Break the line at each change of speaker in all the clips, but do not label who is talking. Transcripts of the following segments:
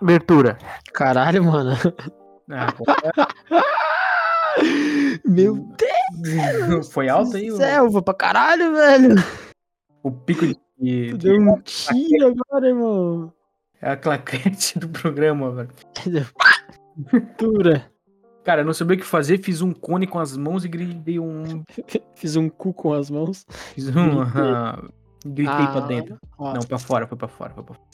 abertura.
Caralho, mano.
Ah,
Meu
Foi alto aí
Deus
o,
do céu, vou pra caralho, velho.
o pico de- de,
Tu
de
deu um tiro agora, irmão.
é a claquete do programa, velho.
Dura.
Cara, eu não sabia o que fazer, fiz um cone com as mãos e gritei um.
Fiz um cu com as mãos.
Fiz um. gritei pra
Ah,
dentro.
Ó,
Não, pra fora, foi pra fora, foi pra fora.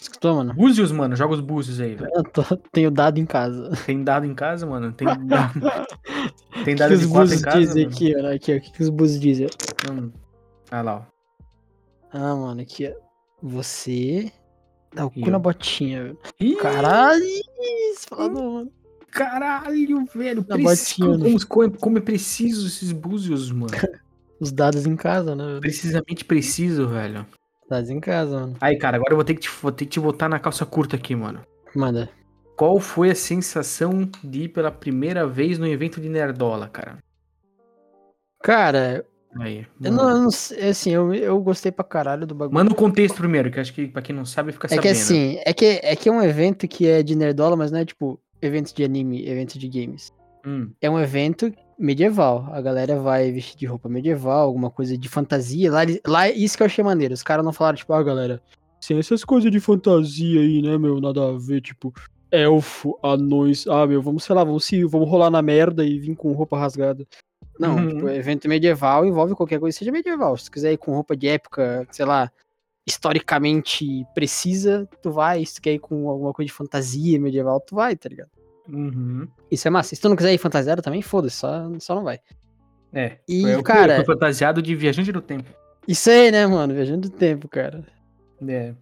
escutou, mano.
Búzios, mano, joga os búzios aí, velho.
Eu tô- tenho dado em casa.
Tem dado em casa, mano? Tem dado, tem
O que
dado
os
de quatro em
búzios
casa?
dizem
mano?
aqui, ó? Aqui, ó. O que, que os búzios dizem?
Hum. Ah lá, ó.
Ah, mano, aqui, ó. Você dá o cu
Eu.
na botinha, velho.
Ih,
Caralho! Isso, falando, mano.
caralho, velho.
Na
Preciso,
botinha, né?
como, como, como é preciso esses búzios, mano.
Os dados em casa, né? velho?
Precisamente preciso, velho.
Dados em casa, mano.
Aí, cara, agora eu vou ter que te, vou ter que te botar na calça curta aqui, mano.
Manda.
Qual foi a sensação de ir pela primeira vez no evento de Nerdola, cara?
Cara,
Aí.
eu
manda.
não, eu não sei, assim, eu, eu gostei pra caralho do bagulho.
Manda o contexto primeiro, que eu acho que pra quem não sabe fica
É
sabendo.
que assim, é que, é que é um evento que é de nerdola, mas não é tipo evento de anime, evento de games.
Hum,
É um evento medieval. A galera vai vestir de roupa medieval, alguma coisa de fantasia. Lá, eles- lá isso que eu achei maneiro. Os caras não falaram, tipo, ah, galera, sem essas coisas de fantasia aí, né, meu? Nada a ver, tipo, elfo, anões. Ah, meu, vamos, sei lá, vamos se vamos rolar na merda e vir com roupa rasgada. Não,
Uhum.
tipo, evento medieval envolve qualquer coisa que seja medieval. Se tu quiser ir com roupa de época, sei lá, historicamente precisa, tu vai. Se tu quer ir com alguma coisa de fantasia medieval, tu vai, tá ligado?
uhum.
Isso é massa. Se tu não quiser ir fantasiado também, foda-se, só, só não vai.
É.
E,
eu fui-
cara-
Eu fui fantasiado de viajante do tempo.
Isso aí, né, mano? Viajando do tempo, cara.
É.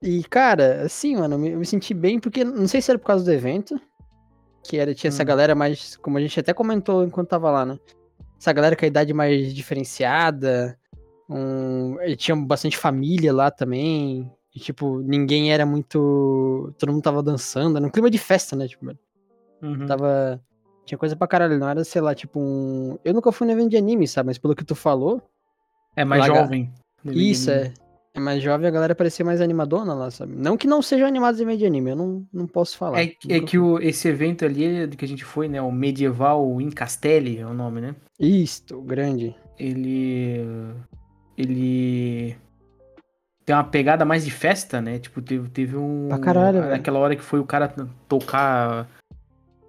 E, cara, assim, mano, eu me, eu me senti bem, porque não sei se era por causa do evento, que era, tinha essa
Hum.
galera mais, como a gente até comentou enquanto tava lá, né? Essa galera com a idade mais diferenciada, um, e tinha bastante família lá também, e, tipo, ninguém era muito. Todo mundo tava dançando, era um clima de festa, né? Tipo,
Uhum.
Tava. Tinha coisa pra caralho, não era, sei lá, tipo um. Eu nunca fui no evento de anime, sabe? Mas pelo que tu falou,
É mais
Laga-
jovem.
Isso, é. É mais jovem, a galera parecia mais animadona lá, sabe? Não que não sejam animados em meio de anime, eu não, não posso falar.
É, que- é que o, esse evento ali que a gente foi, né? O Medieval em Castelli é o nome, né?
Isto, grande.
ele ele tem uma pegada mais de festa, né? Tipo, teve, teve um
Pra caralho, velho.
naquela hora que foi o cara tocar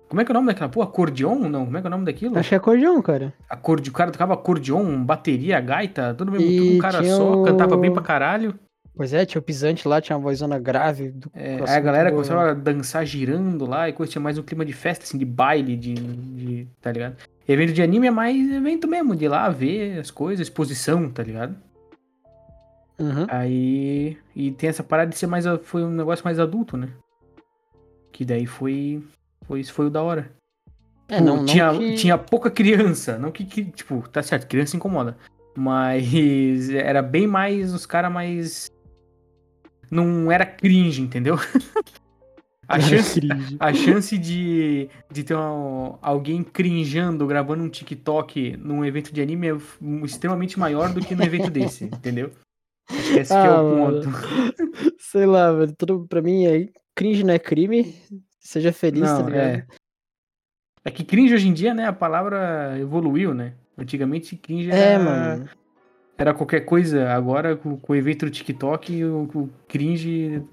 Como é que é o nome daquela? Pô, acordeon? Não, como é que é o nome daquilo?
Acho que é acordeon, cara.
Acorde, o cara tocava acordeon, bateria, gaita, tudo mesmo,
E
tudo um cara
tinha
só,
o-
cantava bem pra caralho.
Pois é, tinha o pisante lá, tinha uma vozona grave. Do...
É,
Nossa,
aí a galera
muito boa,
começava a dançar girando lá e coisa, tinha mais um clima de festa, assim, de baile, de. de- tá ligado? Evento de anime é mais evento mesmo, de ir lá ver as coisas, exposição, tá ligado?
Uhum.
Aí. E tem essa parada de ser mais. a- Foi um negócio mais adulto, né? Que daí foi. Foi isso, foi o da hora.
É,
Tipo,
não, não
tinha,
que-
tinha pouca criança. Não que, que, Tipo, tá certo, criança incomoda. Mas era bem mais. Os caras mais. Não era cringe, entendeu? a chance.
Cringe.
A chance de, de ter um- alguém crinjando gravando um TikTok num evento de anime é f- extremamente maior do que num evento desse, entendeu? Acho que esse que é
Ah,
o
mano.
ponto.
Sei lá, velho. Tudo, pra mim, é... cringe não é crime. Seja feliz, tá
Não,
ligado?
é. É que cringe hoje em dia, né? A palavra evoluiu, né? Antigamente cringe era,
É, mano.
era qualquer coisa. Agora, com, com o evento do TikTok, o, o cringe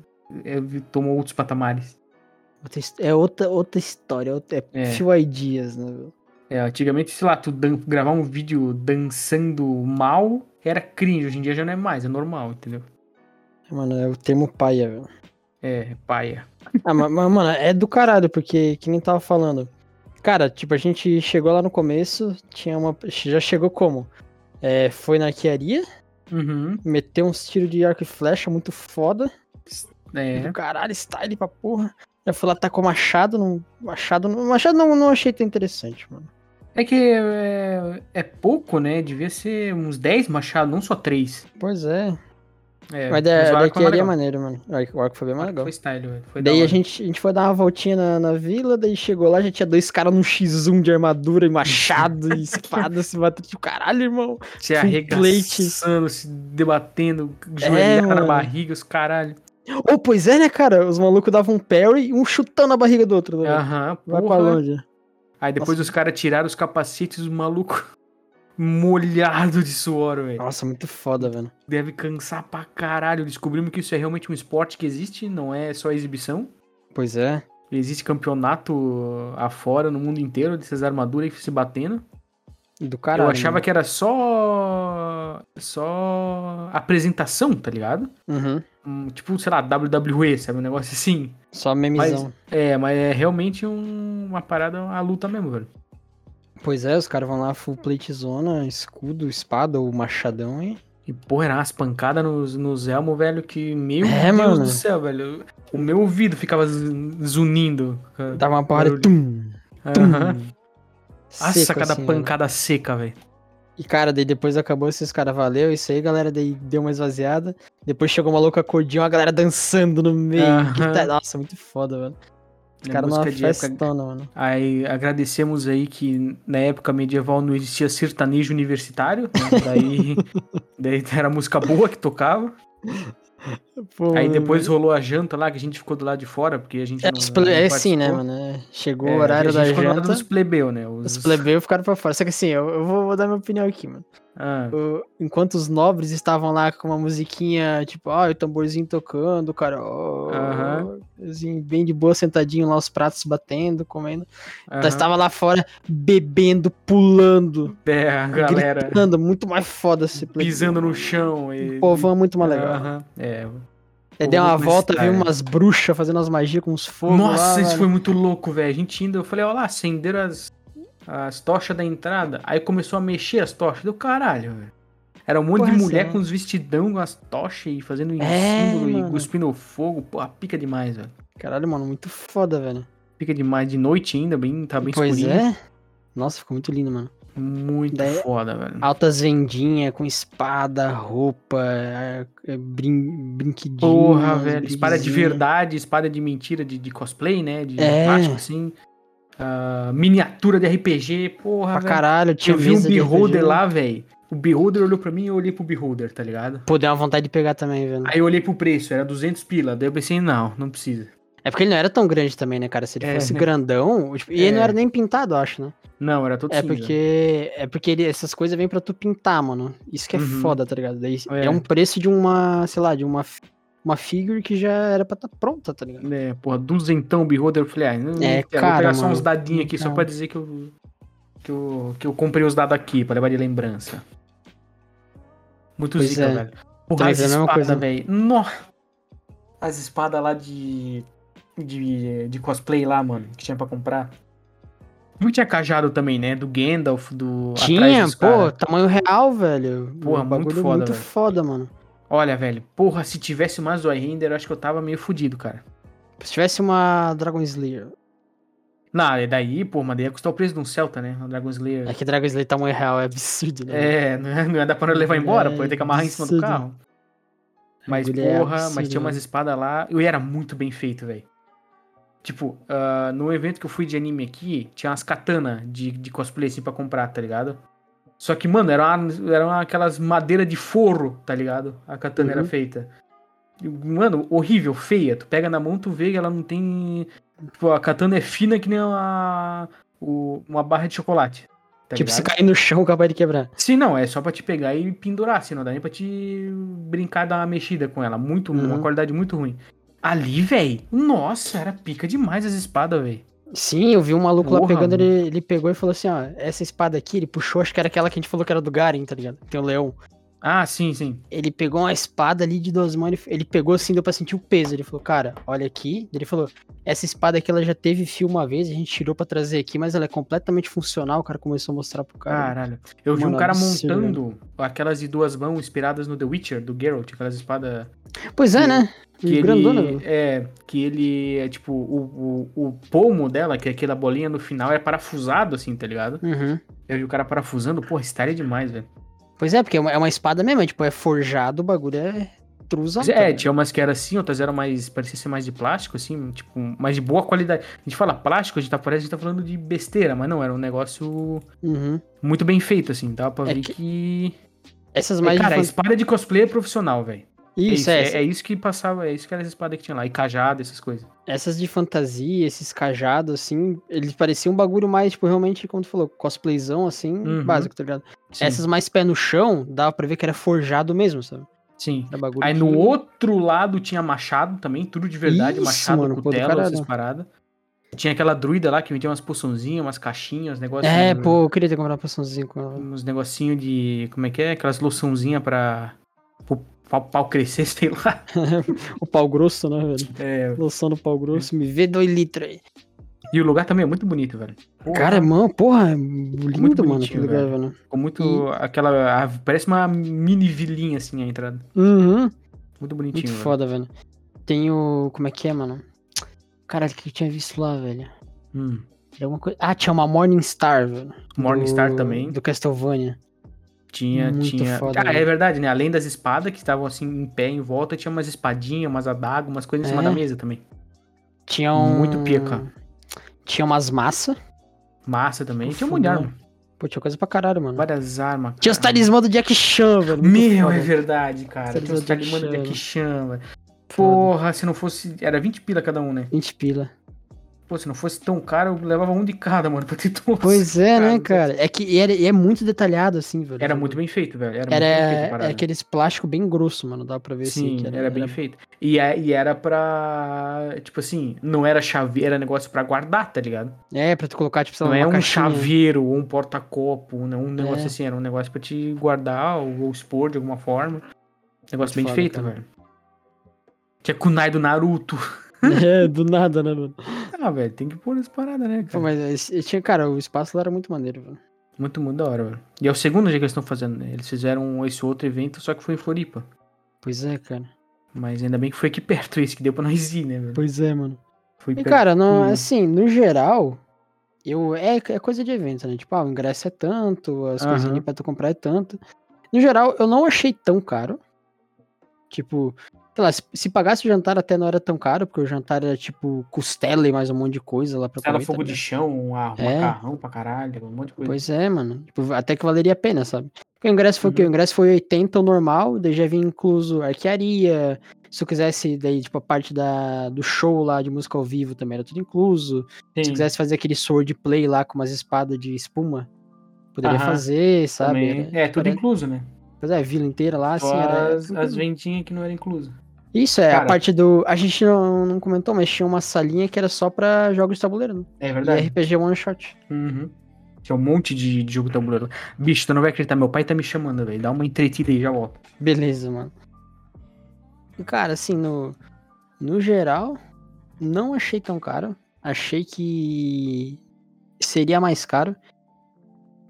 é, tomou outros patamares.
Outra his- É outra, outra história. outra- É,
É.
Few Ideas, né? velho?
É, antigamente, sei lá, tu dan- gravar um vídeo dançando mal era cringe. Hoje em dia já não é mais, é normal, entendeu?
Mano, é o termo paia, velho.
É, paia.
Ah, mas, mas, mano, é do caralho, porque que nem tava falando. Cara, tipo, a gente chegou lá no começo, tinha uma. Já chegou como? É, foi na arquearia,
Uhum.
meteu uns tiros de arco e flecha muito foda.
É.
Do caralho, style pra porra. Já foi lá, tacou machado. Não, machado, não, machado não, não achei tão interessante, mano.
É que é, é pouco, né? Devia ser uns 10 machados, não só 3.
Pois é.
É,
mas da,
o
da
arco foi mais
arquearia é
legal.
maneiro, mano. O arco, o arco foi bem mais legal.
Foi style, velho. Foi da
Daí a
hora.
gente, a gente foi dar uma voltinha na, na vila, daí chegou lá, já tinha dois caras num X1 de armadura e um machado e espada se batendo. Tipo, caralho, irmão.
se
com um É,
arregaçando, se debatendo, joelhada na
mano.
barriga, os caralho.
Ou, pois é, né, cara? Os malucos davam um parry, um chutão na barriga do outro. né?
Aham,
Vai pra
Ah, porra.
longe.
Aí depois
Nossa.
os caras tiraram os capacetes do maluco molhado de suor, velho.
Nossa, muito foda, velho.
Deve cansar pra caralho. Descobrimos que isso é realmente um esporte que existe, não é só exibição.
Pois é.
Existe campeonato afora, no mundo inteiro, dessas armaduras aí se batendo.
Do caralho.
Eu achava que era só. só. apresentação, tá ligado?
Uhum.
Hum, tipo, sei lá, WWE, sabe? Um negócio assim.
Só memezão.
É, mas é realmente um- uma parada, uma luta mesmo, velho.
Pois é, os caras vão lá full plate zona, escudo, espada ou machadão, hein?
E, porra, era umas pancadas nos, nos elmo, velho, que, meu
É,
Deus
mano.
do céu, velho. O meu ouvido ficava zu- zunindo.
Dava uma porrada e
Barulho.
tum.
Aham. Nossa,
Seco
cada
assim, velho.
pancada seca, velho.
E, cara, daí depois acabou esses caras, valeu, isso aí, galera, daí deu uma esvaziada. Depois chegou uma louca cordinha, uma galera dançando no meio.
Aham.
que tá- Nossa, muito foda, velho. Os
É
caras numa
música de época-
festona, mano.
Aí agradecemos aí que na época medieval não existia sertanejo universitário. né? Daí, daí era música boa que tocava.
Pô,
Aí depois
mano.
rolou a janta lá, que a gente ficou do lado de fora, porque a gente
Uhum. É,
não.
os ple-
não
é sim, né,
participou.
mano? É, Chegou
É,
o horário
a gente
da
ficou do lado
janta.
dos plebeu, né?
Os plebeus ficaram pra fora. Só que assim, eu, eu vou, vou dar minha opinião aqui, mano.
Ah,
O- enquanto os nobres estavam lá com uma musiquinha, tipo, ah, o tamborzinho tocando, o cara, ó,
Aham.
assim, bem de boa, sentadinho lá, os pratos batendo, comendo.
aham.
Nós estava lá fora bebendo, pulando,
É, a galera.
gritando, muito mais foda esse play.
pisando no chão. E...
O povão é muito mais legal.
Aham, é.
Aí deu uma
povo
volta, viu
publicitário.
umas bruxas fazendo umas magias com uns fogos.
Nossa,
lá,
isso
velho.
foi muito louco, velho. A gente ainda, eu falei, ó lá, acenderam as, as tochas da entrada. Aí começou a mexer as tochas do caralho, velho. Era um monte
Porra,
de mulher
sério?
com uns vestidão, com as tochas e fazendo um
É,
símbolo
mano.
e cuspindo fogo. Pô, pica demais, velho.
Caralho, mano, muito foda, velho.
Pica demais de noite ainda, bem, tá bem
pois
escurinho.
é. Nossa, ficou muito lindo, mano.
Muito
Daí- é
foda, velho.
Altas vendinhas com espada, roupa, é, é, brin brinquedinho.
Porra, velho. Espada de verdade, espada de mentira, de, de cosplay, né? De
É.
plástico, assim. Ah, miniatura de RPG, porra,
Pra
velho.
caralho, tinha
eu vi um
mesa de
beholder
RPG.
lá, velho. O beholder olhou pra mim e eu olhei pro beholder, tá ligado?
Pô, deu uma vontade de pegar também, velho.
Aí eu olhei pro preço, era 200 pila. Daí eu pensei, não, não precisa.
É porque ele não era tão grande também, né, cara? Se ele
É,
fosse
né?
grandão. tipo, e ele não
É.
era nem pintado, eu acho, né?
Não, era todo
É
cinza.
porque, é porque ele- essas coisas vêm pra tu pintar, mano. Isso que é
Uhum.
foda, tá ligado? Daí é.
É.
um preço de uma, sei lá, de uma, fi- uma figure que já era pra tá pronta, tá ligado?
É, porra, duzentão beholder. Eu falei, ah, não,
É,
eu vou
cara,
pegar
mano.
só
então.
uns dadinhos aqui, só
Cara.
pra dizer que eu, que eu. que eu comprei os dados aqui, pra levar de lembrança. Muito
Pois
zica,
é.
velho. Porra,
Mas
as
é a mesma
espadas,
coisa, né?
velho. nó! As espadas lá de. De, de cosplay lá, mano, que tinha pra comprar. Não tinha cajado também, né? Do Gandalf, do. atrás
Tinha,
dos
pô,
cara.
tamanho real, velho.
Porra,
Um
muito foda,
muito
velho.
foda, mano.
Olha, velho, porra, se tivesse uma Zoe Render, eu acho que eu tava meio fudido, cara.
Se tivesse uma Dragon Slayer.
Não, e daí, pô, mas daí ia custar o preço de um Celta, né? O Dragon Slayer.
É que Dragon Slayer tamanho real é absurdo, né?
É, não ia, não ia dar pra levar embora,
É
pô, ia ter que amarrar em cima do
absurdo.
carro. Mas,
Bagulho é
porra, mas
absurdo,
tinha umas espadas lá. E era muito bem feito, velho. Tipo, ah, no evento que eu fui de anime aqui, tinha umas katana de, de cosplay assim pra comprar, tá ligado? Só que, mano, era uma- eram aquelas madeira de forro, tá ligado? A katana
Uhum.
era feita. E, Mano, horrível, feia. Tu pega na mão, tu vê que ela não tem. Tipo, a katana é fina que nem uma, o- uma barra de chocolate. Tá
tipo, se
ligado?
cair no chão, capaz de quebrar.
Sim, não, é só pra te pegar e pendurar, assim, não dá nem pra te brincar, dar uma mexida com ela. Muito,
Uhum.
uma qualidade muito ruim. Ali, velho, nossa, era pica demais as espadas, velho.
Sim, eu vi um maluco lá
Porra,
pegando,
mano.
ele, ele pegou e falou assim, ó, essa espada aqui, ele puxou, acho que era aquela que a gente falou que era do Garen, tá ligado? Tem o leão.
Ah, sim, sim.
ele pegou uma espada ali de duas mãos, ele, ele pegou assim, deu pra sentir o peso. Ele falou, cara, olha aqui. Ele falou, essa espada aqui ela já teve fio uma vez, a gente tirou pra trazer aqui, mas ela é completamente funcional. O cara começou a mostrar pro cara.
Caralho. Eu vi
Mano,
um cara
absurdo.
montando aquelas de duas mãos inspiradas no The Witcher, do Geralt, aquelas espadas
pois é, né?
que ele,
Grandona, velho.
é que ele é tipo o, o, o pomo dela, que é aquela bolinha no final é parafusado assim, tá ligado?
Uhum.
Eu vi o cara parafusando, porra, estaria demais, velho.
Pois é, porque é uma, é uma espada mesmo, é, tipo, é forjado, o bagulho é trusa.
Mas É, tinha umas que era assim, outras eram mais, parecia ser mais de plástico assim, tipo, mas de boa qualidade. A gente fala plástico, a gente tá parece que a gente tá falando de besteira, mas não, era um negócio é,
Uhum.
muito bem feito assim, dava pra
É
ver
que-
que
Essas
É,
mais de
cara, a
fan-
espada de cosplay é profissional, velho. É
Isso, é,
é, é isso que passava, é isso que era as espadas que tinha lá. E cajado, essas coisas.
Essas de fantasia, esses cajados, assim, eles pareciam um bagulho mais, tipo, realmente, como tu falou, cosplayzão, assim,
Uhum.
básico, tá ligado?
Sim.
Essas mais pé no chão, dava pra ver que era forjado mesmo, sabe?
Sim.
Era bagulho
Aí
que-
no outro lado tinha machado também, tudo de verdade,
Isso,
machado,
mano, pô, do
cutelo, essas
caralho.
paradas. Tinha aquela druida lá que vendia umas poçãozinhas, umas caixinhas, uns negócios. assim, né?
É, pô, eu queria ter comprado uma poçãozinha com ela.
Uns negocinhos de. Como é que é? Aquelas loçãozinhas pra. pro pau, pau crescer, sei lá.
o pau grosso, né, velho?
É,
Loção no pau grosso, me vê dois litros aí.
E o lugar também é muito bonito, velho. Porra,
Cara, mano, porra, é lindo, mano, aquele
bonitinho,
lugar, velho.
Ficou muito. Aquela. a- parece uma mini vilinha assim a entrada.
Uhum.
Muito
Muito
bonitinho. velho.
foda, velho. Tem o. Como é que é, mano? Caralho, o que eu tinha visto lá, velho?
Hum.
Era alguma coisa... Ah, tinha uma Morning Star, velho.
Morningstar
do-
também.
Do Castlevania.
Tinha,
Muito
tinha.
foda,
Cara, é
velho.
verdade, né? Além das espadas que estavam assim em pé em volta, tinha umas espadinhas, umas adagas, umas coisas em cima
É.
da mesa também.
Tinha um.
Muito pica.
Tinha umas massas.
Massa também.
Pô,
tinha um monte de
fodão.
arma.
Pô, tinha coisa pra caralho, mano.
Várias armas.
Tinha os
cara.
talismã do Jack Chan, velho. muito
Meu,
foda.
é verdade, cara.
Talismã
Tinha os
do
talismã do
Jack
Jack Chan, velho.
Foda.
Porra, se não fosse. Era 20 pila cada um, né?
20 pila.
Pô, se não fosse tão caro, eu levava um de cada, mano, pra ter todos.
Pois é, né,
cara,
cara? É que era, e é muito detalhado, assim, velho.
Era muito bem feito, velho. Era,
Era,
muito bem feito a
é
parada.
aqueles plástico bem grosso, mano. Dá pra ver assim.
Sim,
que
era, bem feito. E, é- e era pra. Tipo assim, não era chave, era negócio pra guardar, tá ligado?
É, pra tu colocar, tipo, sei lá,
não é um
uma caixinha.
chaveiro ou um porta-copo, né? um negócio
É.
assim, era um negócio pra te guardar ou, ou expor de alguma forma. Negócio
Muito
bem
foda,
feito,
cara.
velho. Tinha kunai do Naruto.
É, do nada, né, mano?
Ah, velho, tem que pôr as paradas, né,
Pô,
cara?
mas esse- tinha, cara, o espaço lá era muito maneiro, velho.
Muito, muito da hora, velho. E é o segundo dia que eles estão fazendo, né? Eles fizeram esse outro evento, só que foi em Floripa.
Pois é, cara.
Mas ainda bem que foi aqui perto esse que deu pra nós ir, né, velho?
Pois é, mano.
Foi
E,
perto.
cara, não,
Hum.
assim, no geral, eu é, é coisa de evento, né? Tipo, ah, o ingresso é tanto, as
Aham.
coisinhas pra tu comprar é tanto. No geral, eu não achei tão caro. Tipo, sei lá, se, se pagasse o jantar até não era tão caro, porque o jantar era tipo costela e mais um monte de coisa lá pra
Costela,
comer, tá
fogo de
ligado?
chão, ah,
É.
macarrão pra caralho, um monte de coisa.
Pois é, mano. Tipo, até que valeria a pena, sabe? Porque o ingresso foi o quê?
Uhum.
O ingresso foi 80 o normal, daí já vinha incluso arquearia. Se tu quisesse, daí, tipo, a parte da, do show lá de música ao vivo também era tudo incluso. Se
Sim,
quisesse fazer aquele sword play lá com umas espadas de espuma, poderia
Aham,
fazer, sabe?
também.
Era-
é, tudo
era-
incluso, né?
Pois é, a vila inteira lá, assim,
Só
era.
as, as vendinhas que não eram inclusas.
Isso, é,
Cara.
a parte do. A gente não, não comentou, mas tinha uma salinha que era só pra jogos de tabuleiro, né?
É
E
verdade.
RPG One Shot.
Uhum. Tinha um monte de, de jogo de tabuleiro. lá. Bicho, tu não vai acreditar, meu pai tá me chamando, velho. Dá uma entretida aí, já volto.
Beleza, mano. E, cara, assim, no, no geral, não achei tão caro. Achei que seria mais caro.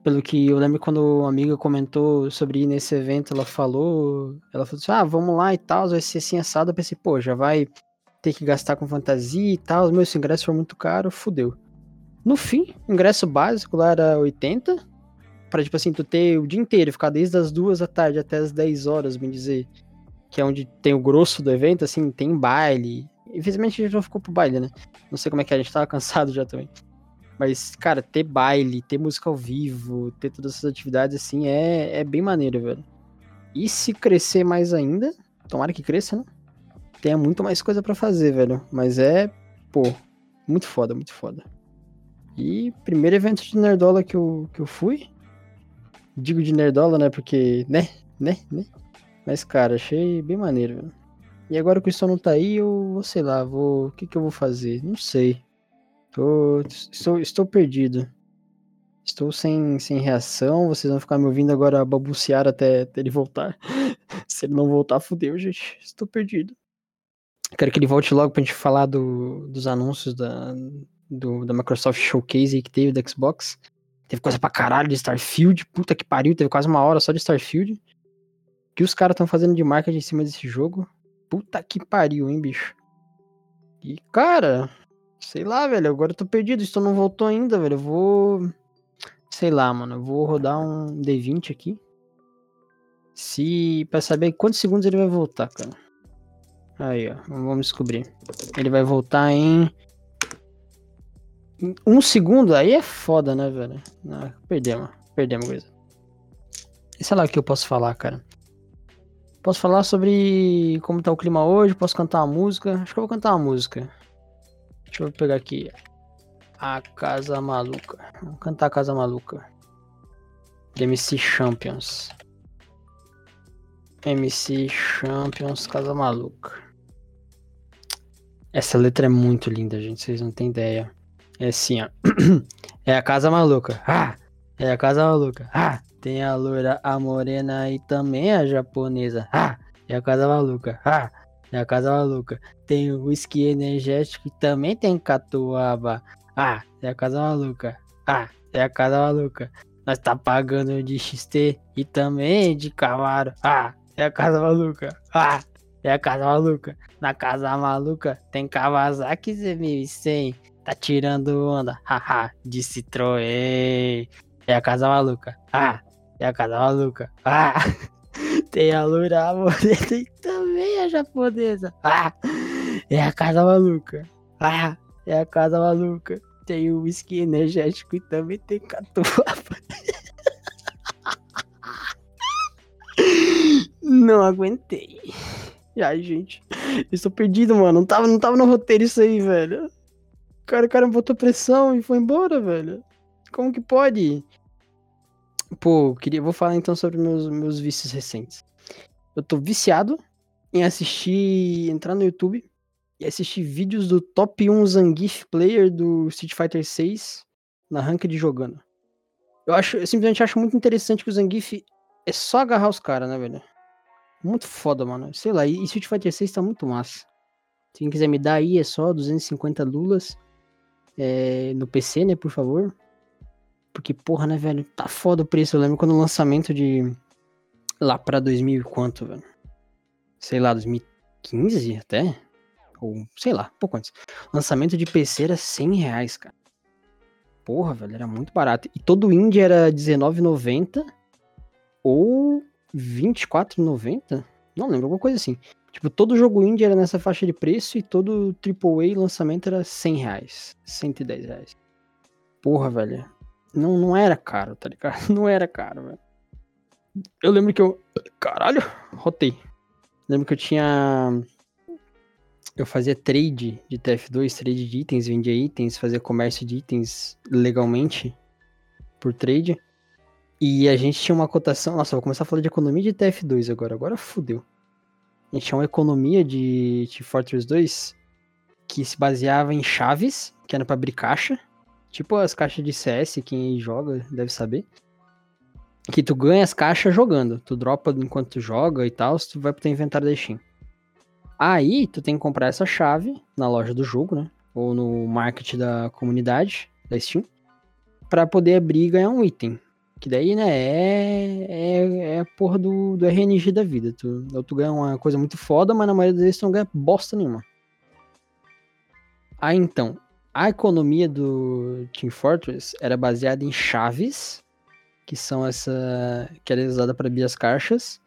Pelo que eu lembro quando uma amiga comentou sobre ir nesse evento, ela falou, ela falou assim, ah, vamos lá e tal, vai ser assim assado. Eu pensei, pô, já vai ter que gastar com fantasia e tal, meu, esse ingresso foi muito caro, fudeu. No fim, o ingresso básico lá era 80, Pra, tipo assim, tu ter o dia inteiro, ficar desde as duas da tarde até as 10 horas, bem dizer, que é onde tem o grosso do evento, assim, tem baile. Infelizmente a gente não ficou pro baile, né? Não sei como é que é, a gente tava cansado já também. Mas, cara, ter baile, ter música ao vivo, ter todas essas atividades, assim, é, é bem maneiro, velho. E se crescer mais ainda, tomara que cresça, né? Tenha muito mais coisa pra fazer, velho. Mas é, pô, muito foda, muito foda. E primeiro evento de Nerdola que eu, que eu fui, digo de nerdola, né? Porque, né? Né? Né? Mas, cara, achei bem maneiro, velho. E agora que o som não tá aí, eu vou, sei lá, vou. O que que eu vou fazer? Não sei. Tô, estou, estou perdido. Estou sem, sem reação, vocês vão ficar me ouvindo agora babucear até, até ele voltar. Se ele não voltar, fudeu, gente. Estou perdido. Quero que ele volte logo pra gente falar do, dos anúncios da, do, da Microsoft Showcase aí que teve da Xbox. Teve coisa pra caralho de Starfield, puta que pariu, teve quase uma hora só de Starfield. O que os caras estão fazendo de marketing em cima desse jogo? Puta que pariu, hein, bicho. E, cara, sei lá, velho, agora eu tô perdido, isso não voltou ainda, velho. Eu vou. Sei lá, mano, eu vou rodar um D20 aqui. Se. pra saber quantos segundos ele vai voltar, cara. Aí, ó, vamos descobrir. Ele vai voltar em. em Um segundo, aí é foda, né, velho? Ah, perdemos, perdemos, coisa. Sei lá o que eu posso falar, cara. Posso falar sobre como tá o clima hoje, posso cantar uma música. Acho que eu vou cantar uma música. Deixa eu pegar aqui. A Casa Maluca. Vamos cantar a Casa Maluca. De MC Champions. MC Champions Casa Maluca. Essa letra é muito linda, gente. Vocês não têm ideia. É assim, ó. É a Casa Maluca. Ah! É a Casa Maluca. Ah! Tem a loira, a morena e também a japonesa. Ah! É a Casa Maluca. Ah! É a Casa Maluca. Tem o whisky energético e também tem catuaba. Ah! É a Casa Maluca. Ah! É a Casa Maluca. Nós tá pagando de XT e também de cavalo. Ah! É a Casa Maluca. Ah! É a Casa Maluca. Na Casa Maluca tem Kawasaki Z1100. Tá tirando onda. Haha, de Citroën. É a Casa Maluca. Ah! É a Casa Maluca. Ah! Tem a loira a morena e também a japonesa. Ah! É a Casa Maluca. Ah! É a Casa Maluca. Tem o whisky energético e também tem catuaba. Não aguentei. Ai, gente. Eu estou perdido, mano. Não tava, não tava no roteiro isso aí, velho. O cara, o cara botou pressão e foi embora, velho. Como que pode? Pô, eu queria, vou falar então sobre meus, meus vícios recentes. Eu tô viciado em assistir, entrar no YouTube e assistir vídeos do top 1 Zangief player do Street Fighter 6 na ranked jogando. Eu acho, eu simplesmente acho muito interessante que o Zangief é só agarrar os caras, né, velho? Muito foda, mano. Sei lá, e Street Fighter 6 tá muito massa. Se quem quiser me dar aí, é só 250 lulas. É, no PC, né, por favor. Porque, porra, né, velho, tá foda o preço. Eu lembro quando o lançamento de... Lá pra 2000 e quanto, velho? Sei lá, 2015 até? Ou, sei lá, pouco antes. Lançamento de PC era 100 reais, cara. Porra, velho, era muito barato. E todo indie era R$19,90 ou 24,90? Não lembro, alguma coisa assim. Tipo, todo jogo indie era nessa faixa de preço e todo AAA lançamento era 100 reais, 110 reais. Porra, velho. Não, não era caro, tá ligado? Não era caro, velho. Eu lembro que eu... Caralho, rotei. Lembro que eu tinha... Eu fazia trade de TF2, trade de itens, vendia itens, fazia comércio de itens legalmente por trade. E a gente tinha uma cotação. Nossa, vou começar a falar de economia de TF2 agora. Agora fudeu. A gente tinha uma economia de, de Fortress 2 que se baseava em chaves, que era pra abrir caixa. Tipo as caixas de CS, quem joga deve saber. Que tu ganha as caixas jogando. Tu dropa enquanto tu joga e tal, tu vai pro teu inventário da Steam. Aí, tu tem que comprar essa chave na loja do jogo, né? Ou no market da comunidade, da Steam. Pra poder abrir e ganhar um item. Que daí, né, é, é, é a porra do, do RNG da vida. Tu, ou tu ganha uma coisa muito foda, mas na maioria das vezes tu não ganha bosta nenhuma. Ah, então. A economia do Team Fortress era baseada em chaves, que são essa. que era usada para abrir as caixas,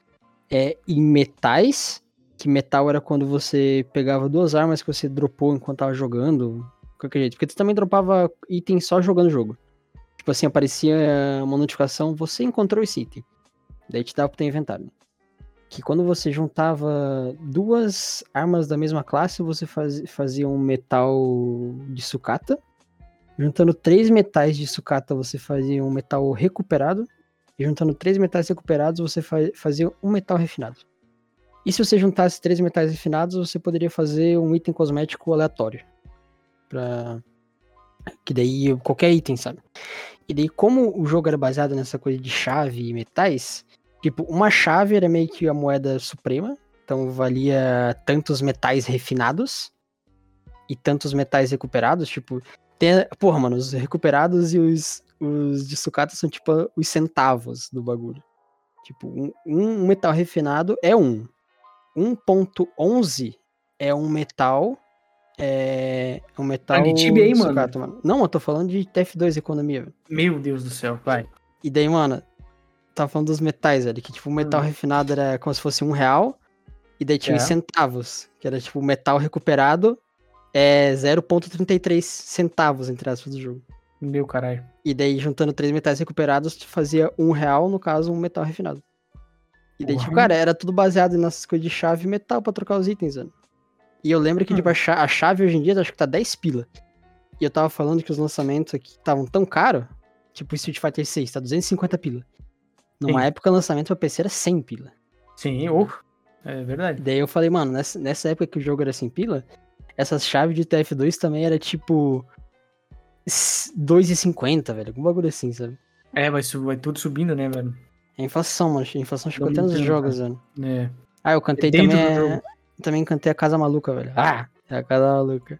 é, em metais, que metal era quando você pegava duas armas que você dropou enquanto tava jogando, qualquer jeito. Porque tu também dropava item só jogando o jogo. Tipo assim, aparecia uma notificação, você encontrou esse item. Daí te dava pro teu inventário. Que quando você juntava duas armas da mesma classe, você fazia um metal de sucata. Juntando três metais de sucata, você fazia um metal recuperado. E juntando três metais recuperados, você fazia um metal refinado. E se você juntasse três metais refinados, você poderia fazer um item cosmético aleatório. Pra... Que daí qualquer item, sabe? E daí, como o jogo era baseado nessa coisa de chave e metais, tipo, uma chave era meio que a moeda suprema, então valia tantos metais refinados e tantos metais recuperados, tipo, tem, porra, mano, os recuperados e os, os de sucata são tipo os centavos do bagulho. Tipo, um, um metal refinado é um. 1.11 é um metal é. O um metal.
Ah, de tibia aí, mano.
mano. Não, eu tô falando de TF2 economia, velho.
Meu Deus do céu, vai.
E daí, mano, tava falando dos metais, velho. Que tipo, o metal
Hum.
refinado era como se fosse um real. E daí tinha
É.
os centavos. Que era tipo, o metal recuperado é 0,33 centavos, entre aspas, do jogo.
Meu caralho.
E daí, juntando três metais recuperados, tu fazia um real, no caso, um metal refinado. E daí, tipo,
Porra.
cara, era tudo baseado nessas coisas de chave e metal pra trocar os itens, mano. E eu lembro que,
Hum.
tipo, a cha- a chave hoje em dia acho que tá 10 pila. E eu tava falando que os lançamentos aqui estavam tão caros, tipo, Street Fighter 6 tá 250 pila. Numa
Sim.
época, o lançamento pra PC era 100 pila.
Sim, ou. É verdade.
Daí eu falei, mano, nessa, nessa época que o jogo era sem pila, essas chaves de TF2 também era tipo s- 2,50, velho. Algum bagulho assim, sabe?
É, vai, su- vai tudo subindo, né, velho?
É inflação, mano. A inflação chegou
Não
até nos
entendo,
jogos, velho.
É.
Ah, eu cantei
Dentro
também.
do
é-
jogo.
Também cantei a Casa Maluca, velho. Ah! É a Casa Maluca.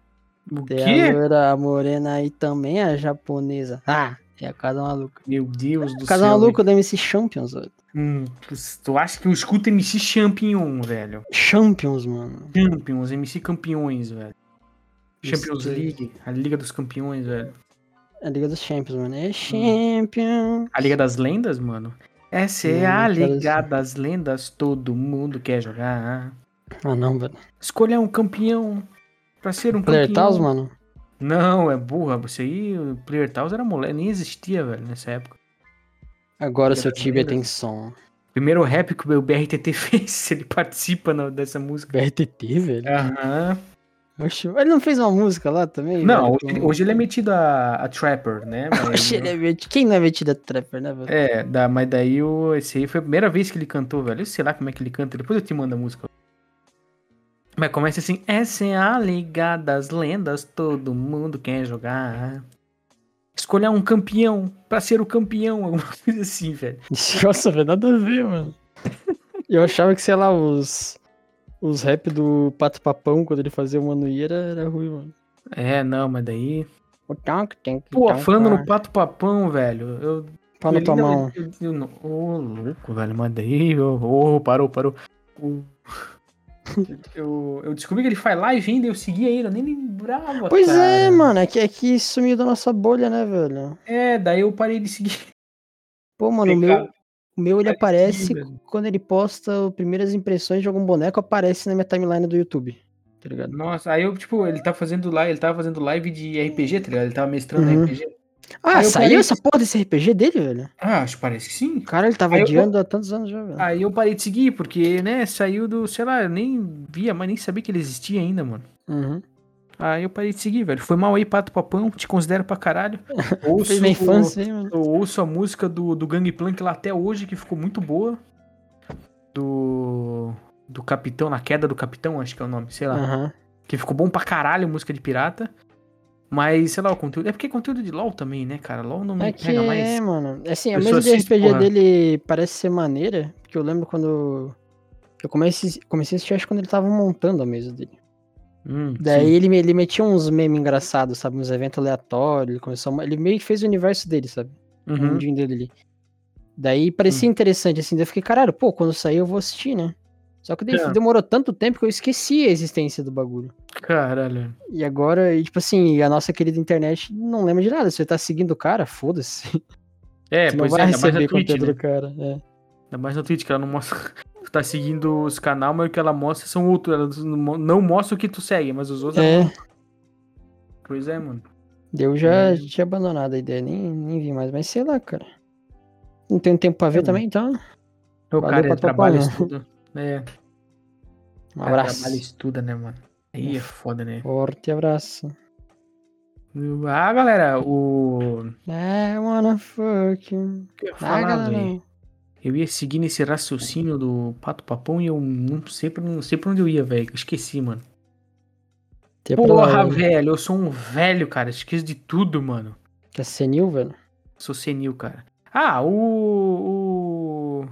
O
Tem a
quê?
loira, a morena e também a japonesa. Ah! É a Casa Maluca.
Meu Deus do
Casa
céu.
Maluca da MC Champions, velho.
Hum, tu acha que eu escuto MC Champion, um, velho?
Champions, mano.
Champions, MC Campeões, velho.
Isso
Champions
daí.
League, a Liga dos Campeões, velho.
É a Liga dos Champions, mano. É Champions.
A Liga das Lendas, mano. Essa é
Não,
a
não quero
Liga
isso.
das Lendas, todo mundo quer jogar.
Ah, não, velho.
Escolher um campeão pra ser um
Player
campeão.
Taos, mano.
Não, é burra, você aí, o Player Taos era moleque, nem existia, velho, nessa época.
Agora
Liga
seu é
das
Tibia
Lendas.
tem som.
Primeiro rap que o BRTT fez, ele participa na- dessa música.
BRTT, velho?
Aham.
Oxe, ele não fez uma música lá também?
Não,
velho,
hoje,
com-
hoje ele é metido a, a Trapper, né? Mas-
Oxe, ele é metido. Quem não é metido a trapper, né, velho?
É, da, mas daí o, esse aí foi a primeira vez que ele cantou, velho. Eu sei lá como é que ele canta, depois eu te mando a música. Mas começa assim, essa é a liga das lendas, todo mundo quer jogar. Escolher um campeão pra ser o campeão, alguma coisa assim, velho.
Nossa, velho, nada a ver, mano. Eu achava que, sei lá, os. Os rap do Pato Papão, quando ele fazia o Manuí, era, era ruim, mano.
É, não, mas daí... então tá.
O tanque tem que.
Pô, falando no
no
Pato Papão, velho, eu...
pau na
ele
tua
não-
mão.
é- eu- eu não- Ô, louco, velho, mas daí... Ô, ô, parou, parou.
Hum.
O- Eu, eu descobri que ele faz live ainda, eu segui ele, eu nem lembrava,
Pois é,
cara.
mano, é que, é que sumiu da nossa bolha, né, velho?
É, daí eu parei de seguir.
Pô, mano, o
Vem
meu,
cá.
o meu ele aparece
Parecido, É velho.
quando ele posta o primeiras impressões de algum boneco, aparece na minha timeline do YouTube. Tá ligado?
Nossa, aí eu, tipo, ele tá fazendo live, ele tava fazendo live de RPG, tá ligado? Ele tava mestrando
Uhum.
RPG.
Ah,
Aí eu
saiu
parei-
essa porra desse RPG dele, velho?
Ah, acho que parece que sim.
Cara, ele tava
Aí eu- Ah,
adiando há tantos anos já, velho.
Aí eu parei de seguir, porque, né, saiu do, sei lá, eu nem via, mas nem sabia que ele existia ainda, mano.
Uhum.
Aí eu parei de seguir, velho. Foi mal aí, Pato Papão, te considero pra caralho. Ouço,
Fez minha infância, hein, mano.
Eu ouço a música do, do Gangplank lá até hoje, que ficou muito boa. Do. Do Capitão, na queda do Capitão, acho que é o nome, sei lá.
Aham.
Que ficou bom pra caralho música de pirata. Mas, sei lá, o conteúdo. É porque é conteúdo de LOL também, né, cara? LOL não me
É que
pega mais.
é, mano. Assim, a
Pessoa
mesa de
assiste,
RPG
porra.
dele parece ser maneira, porque eu lembro quando. Eu comecei, comecei a assistir, acho que quando ele tava montando a mesa dele.
Hum,
Daí
sim.
ele, me- ele metia uns memes engraçados, sabe? Uns eventos aleatórios. Ele, começou a mo- ele meio que fez o universo dele, sabe? O
Uhum.
mundinho dele ali. Daí parecia interessante, assim. Daí eu fiquei, caralho, pô, quando sair eu vou assistir, né? Só que daí
É.
demorou tanto tempo que eu esqueci a existência do bagulho.
Caralho.
E agora, e, tipo assim, a nossa querida internet não lembra de nada. Se você tá seguindo o cara, foda-se.
É,
você não
pois
vai
é, ainda mais na
receber
Twitch,
conteúdo
né?
do cara. é.
Ainda mais na Twitch, que ela não mostra. Tu tá seguindo os canal, mas o que ela mostra são outros. Ela não mo- não mostra o que tu segue, mas os outros.
É,
Pois é, mano.
eu já
É.
tinha abandonado a ideia, nem, nem vi mais, mas sei lá, cara. Não tenho tempo pra ver
É,
também, então.
O
Valeu,
cara
Pato
trabalha e
Papão.
estuda. É, o
Um
cara
abraço.
trabalha e estuda, né, mano? Aí é foda, né?
Forte abraço.
Ah, galera, o.
I wanna É, fuck you.
O que eu ia
Ah,
falar, velho?
galera.
Eu ia seguir nesse raciocínio do Pato Papão e eu não sei pra, não sei pra onde eu ia, velho. Eu Esqueci, mano.
Tem
Porra,
problema, né?
velho, eu sou um velho, cara. Esqueço de tudo, mano.
Que é senil, velho.
Sou senil, cara. Ah, o.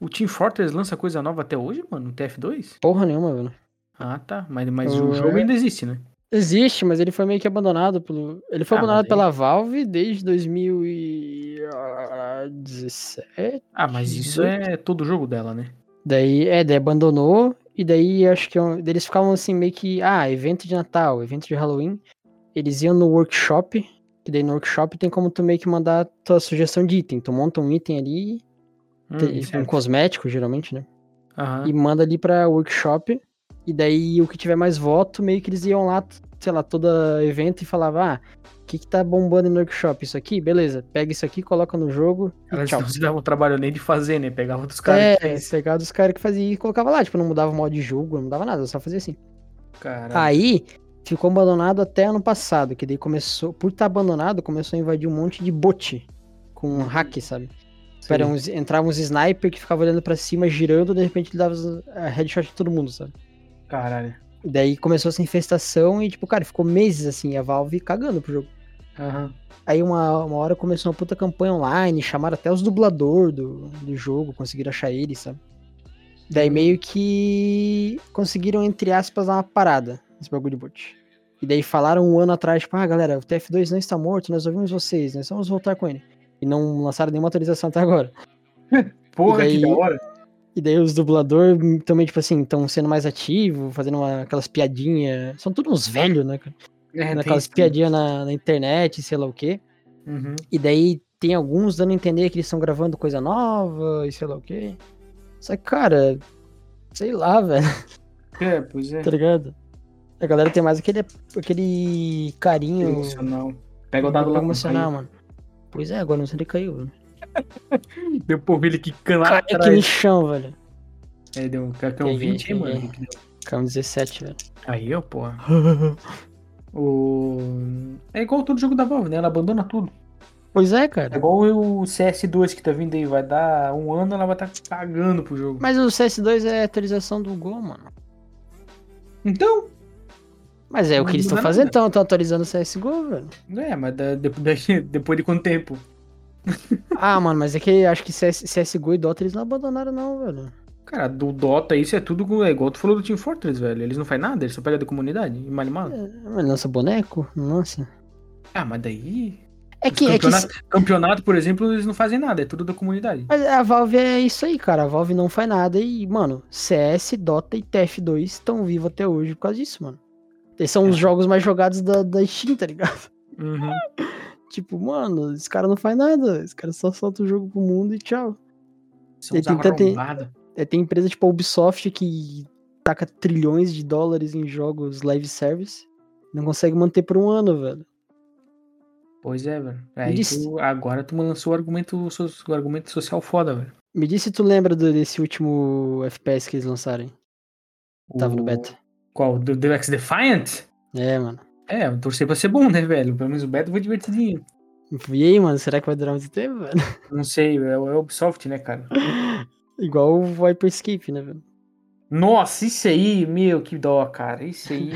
O, o Team Fortress lança coisa nova até hoje, mano? No TF2?
Porra nenhuma, velho.
Ah, tá. Mas, mas
Eu-
o jogo ainda existe, né?
Existe, mas ele foi meio que abandonado pelo. Ele foi
Ah, mas
abandonado
aí-
pela Valve desde ah, 2017.
Ah, mas isso é todo jogo dela, né?
Daí, é, daí abandonou, e daí acho que eu- eles ficavam assim, meio que, ah, evento de Natal, evento de Halloween. Eles iam no workshop, que daí no workshop tem como tu meio que mandar tua sugestão de item. Tu monta um item ali,
Hum,
tem- um
certo. Ah.
cosmético geralmente, né?
Aham.
E manda ali pra workshop, e daí o que tiver mais voto, meio que eles iam lá t- sei lá, todo evento e falava, ah, o que que tá bombando no workshop? Isso aqui? Beleza, pega isso aqui, coloca no jogo e
Elas
tchau.
não se davam trabalho nem de fazer, né? Pegava dos caras.
é,
que fez.
pegava dos caras que faziam e colocava lá, tipo, não mudava o modo de jogo, não dava nada, só fazia assim.
Caralho.
Aí ficou abandonado até ano passado, que daí começou, por estar abandonado, começou a invadir um monte de bot com hack, sabe?
Sim.
Era uns, entrava uns sniper que ficava olhando pra cima, girando, de repente ele dava os- a headshot em todo mundo, sabe?
Caralho.
Daí começou essa infestação e, tipo, cara, ficou meses assim, a Valve cagando pro jogo.
Aham.
Aí uma, uma hora começou uma puta campanha online, chamaram até os dublador do, do jogo, conseguiram achar eles, sabe? Daí
Uhum.
meio que conseguiram, entre aspas, dar uma parada nesse bagulho de boot. E daí falaram um ano atrás, tipo, ah, galera, o TF2 não está morto, nós ouvimos vocês, nós vamos voltar com ele. E não lançaram nenhuma atualização até agora.
Porra,
daí-
que da hora.
E daí os dublador hum, também, tipo assim, estão sendo mais ativos, fazendo uma- aquelas piadinhas. São todos uns velhos, né? cara?
É, tem
Aquelas
isso.
piadinhas na, na internet, sei lá o quê.
Uhum.
E daí tem alguns dando a entender que eles estão gravando coisa nova e sei lá o quê. Só que, cara, sei lá, velho,
É, pois é.
tá ligado? A galera tem mais aquele, aquele carinho
Emocional. Pega o dado lá.
emocional, mano. Pois é, agora não sei onde caiu. velho.
Deu por ele que lá
Caiu aqui no chão, velho.
É, deu. Quer que eu
Peguei,
20 aí,
peguei.
mano?
Caiu 17, velho.
Aí, ó, porra. O... É igual todo jogo da Valve, né? Ela abandona tudo.
pois é,
É
cara.
igual o CS2 que tá vindo aí. Vai dar um ano, ela vai tá cagando pro jogo.
Mas o CS2 é a atualização do Gol, mano.
Então,
Mas é o que
Não né?
eles estão
muda
fazendo,
nada.
estão atualizando o CSGO, velho.
é, mas da- de- daqui- depois de quanto tempo?
Ah, mano, mas é que acho que CS, CSGO e Dota eles não abandonaram, não, velho.
Cara, do Dota isso é tudo com- é igual tu falou do Team Fortress, velho. Eles não fazem nada, eles só pegam da comunidade e mal e mal.
Ah, Mas lança boneco? Nossa.
Ah, mas daí.
É
Os
que, é que
campeonato, campeonato, por exemplo, eles não fazem nada, é tudo da comunidade.
Mas a Valve é isso aí, cara. A Valve não faz nada e, mano, CS, Dota e TF2 estão vivos até hoje por causa disso, mano. Eles
É.
são os jogos mais jogados da, da Steam, tá ligado?
Uhum.
Tipo, mano, esse cara não faz nada. Esse cara só solta o jogo pro mundo e tchau.
São uns
Tem tanta-
arrombados.
É, tem empresa tipo a Ubisoft que taca trilhões de dólares em jogos live service. Não consegue manter por um ano, velho.
Pois é, velho. Aí
Eles-
tu- agora tu lançou o argumento, so- o argumento social foda, velho.
Me diz se tu lembra do- desse último FPS que eles lançaram, hein? Tava no
O-
beta.
Qual? Do The X Defiant?
É, mano.
É, eu torcer pra ser bom, né, velho? Pelo menos o beta foi divertidinho.
E aí, mano, será que vai durar muito tempo, velho?
Não sei, é o é o Ubisoft, né, cara?
Igual o Viper Escape, né, velho?
Nossa, isso aí, meu, que dó, cara. Isso aí.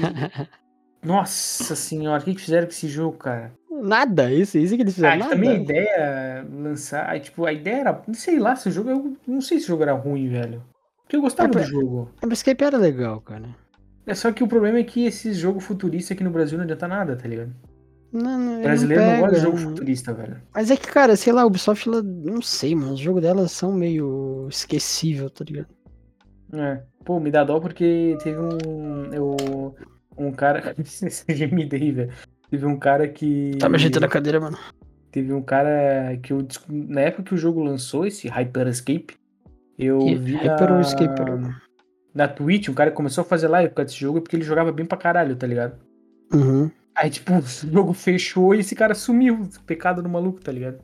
Nossa senhora, o que que fizeram com esse jogo, cara?
Nada, isso, isso que eles fizeram.
Ah, que
nada.
também a ideia lançar. aí, tipo, a ideia era. Não sei lá se o jogo. Eu não sei se o jogo era ruim, velho. Porque eu gostava
É,
do
pra-
jogo.
Viper Escape era legal, cara.
É só que o problema é que esse jogo futurista aqui no Brasil não adianta nada, tá ligado?
Não, não,
O
ele
brasileiro
não
não gosta de
pega, né?
jogo
não.
futurista, velho.
Mas é que, cara, sei lá, a Ubisoft, ela, não sei, mano, os jogos delas são meio esquecível, tá ligado?
É. Pô, me dá dó porque teve um. Eu, um cara. Esse gemido aí, velho. Teve um cara que.
Tá me ajeitando a cadeira, mano.
Teve um cara que eu. desco- Na época que o jogo lançou, esse Hyper Escape, eu
Que-
vi.
Hyper
na-
Escape, né? era-
na Twitch, um cara começou a fazer live por causa desse jogo porque ele jogava bem pra caralho, tá ligado?
Uhum.
Aí, tipo, o jogo fechou e esse cara sumiu. Pecado no maluco, tá ligado?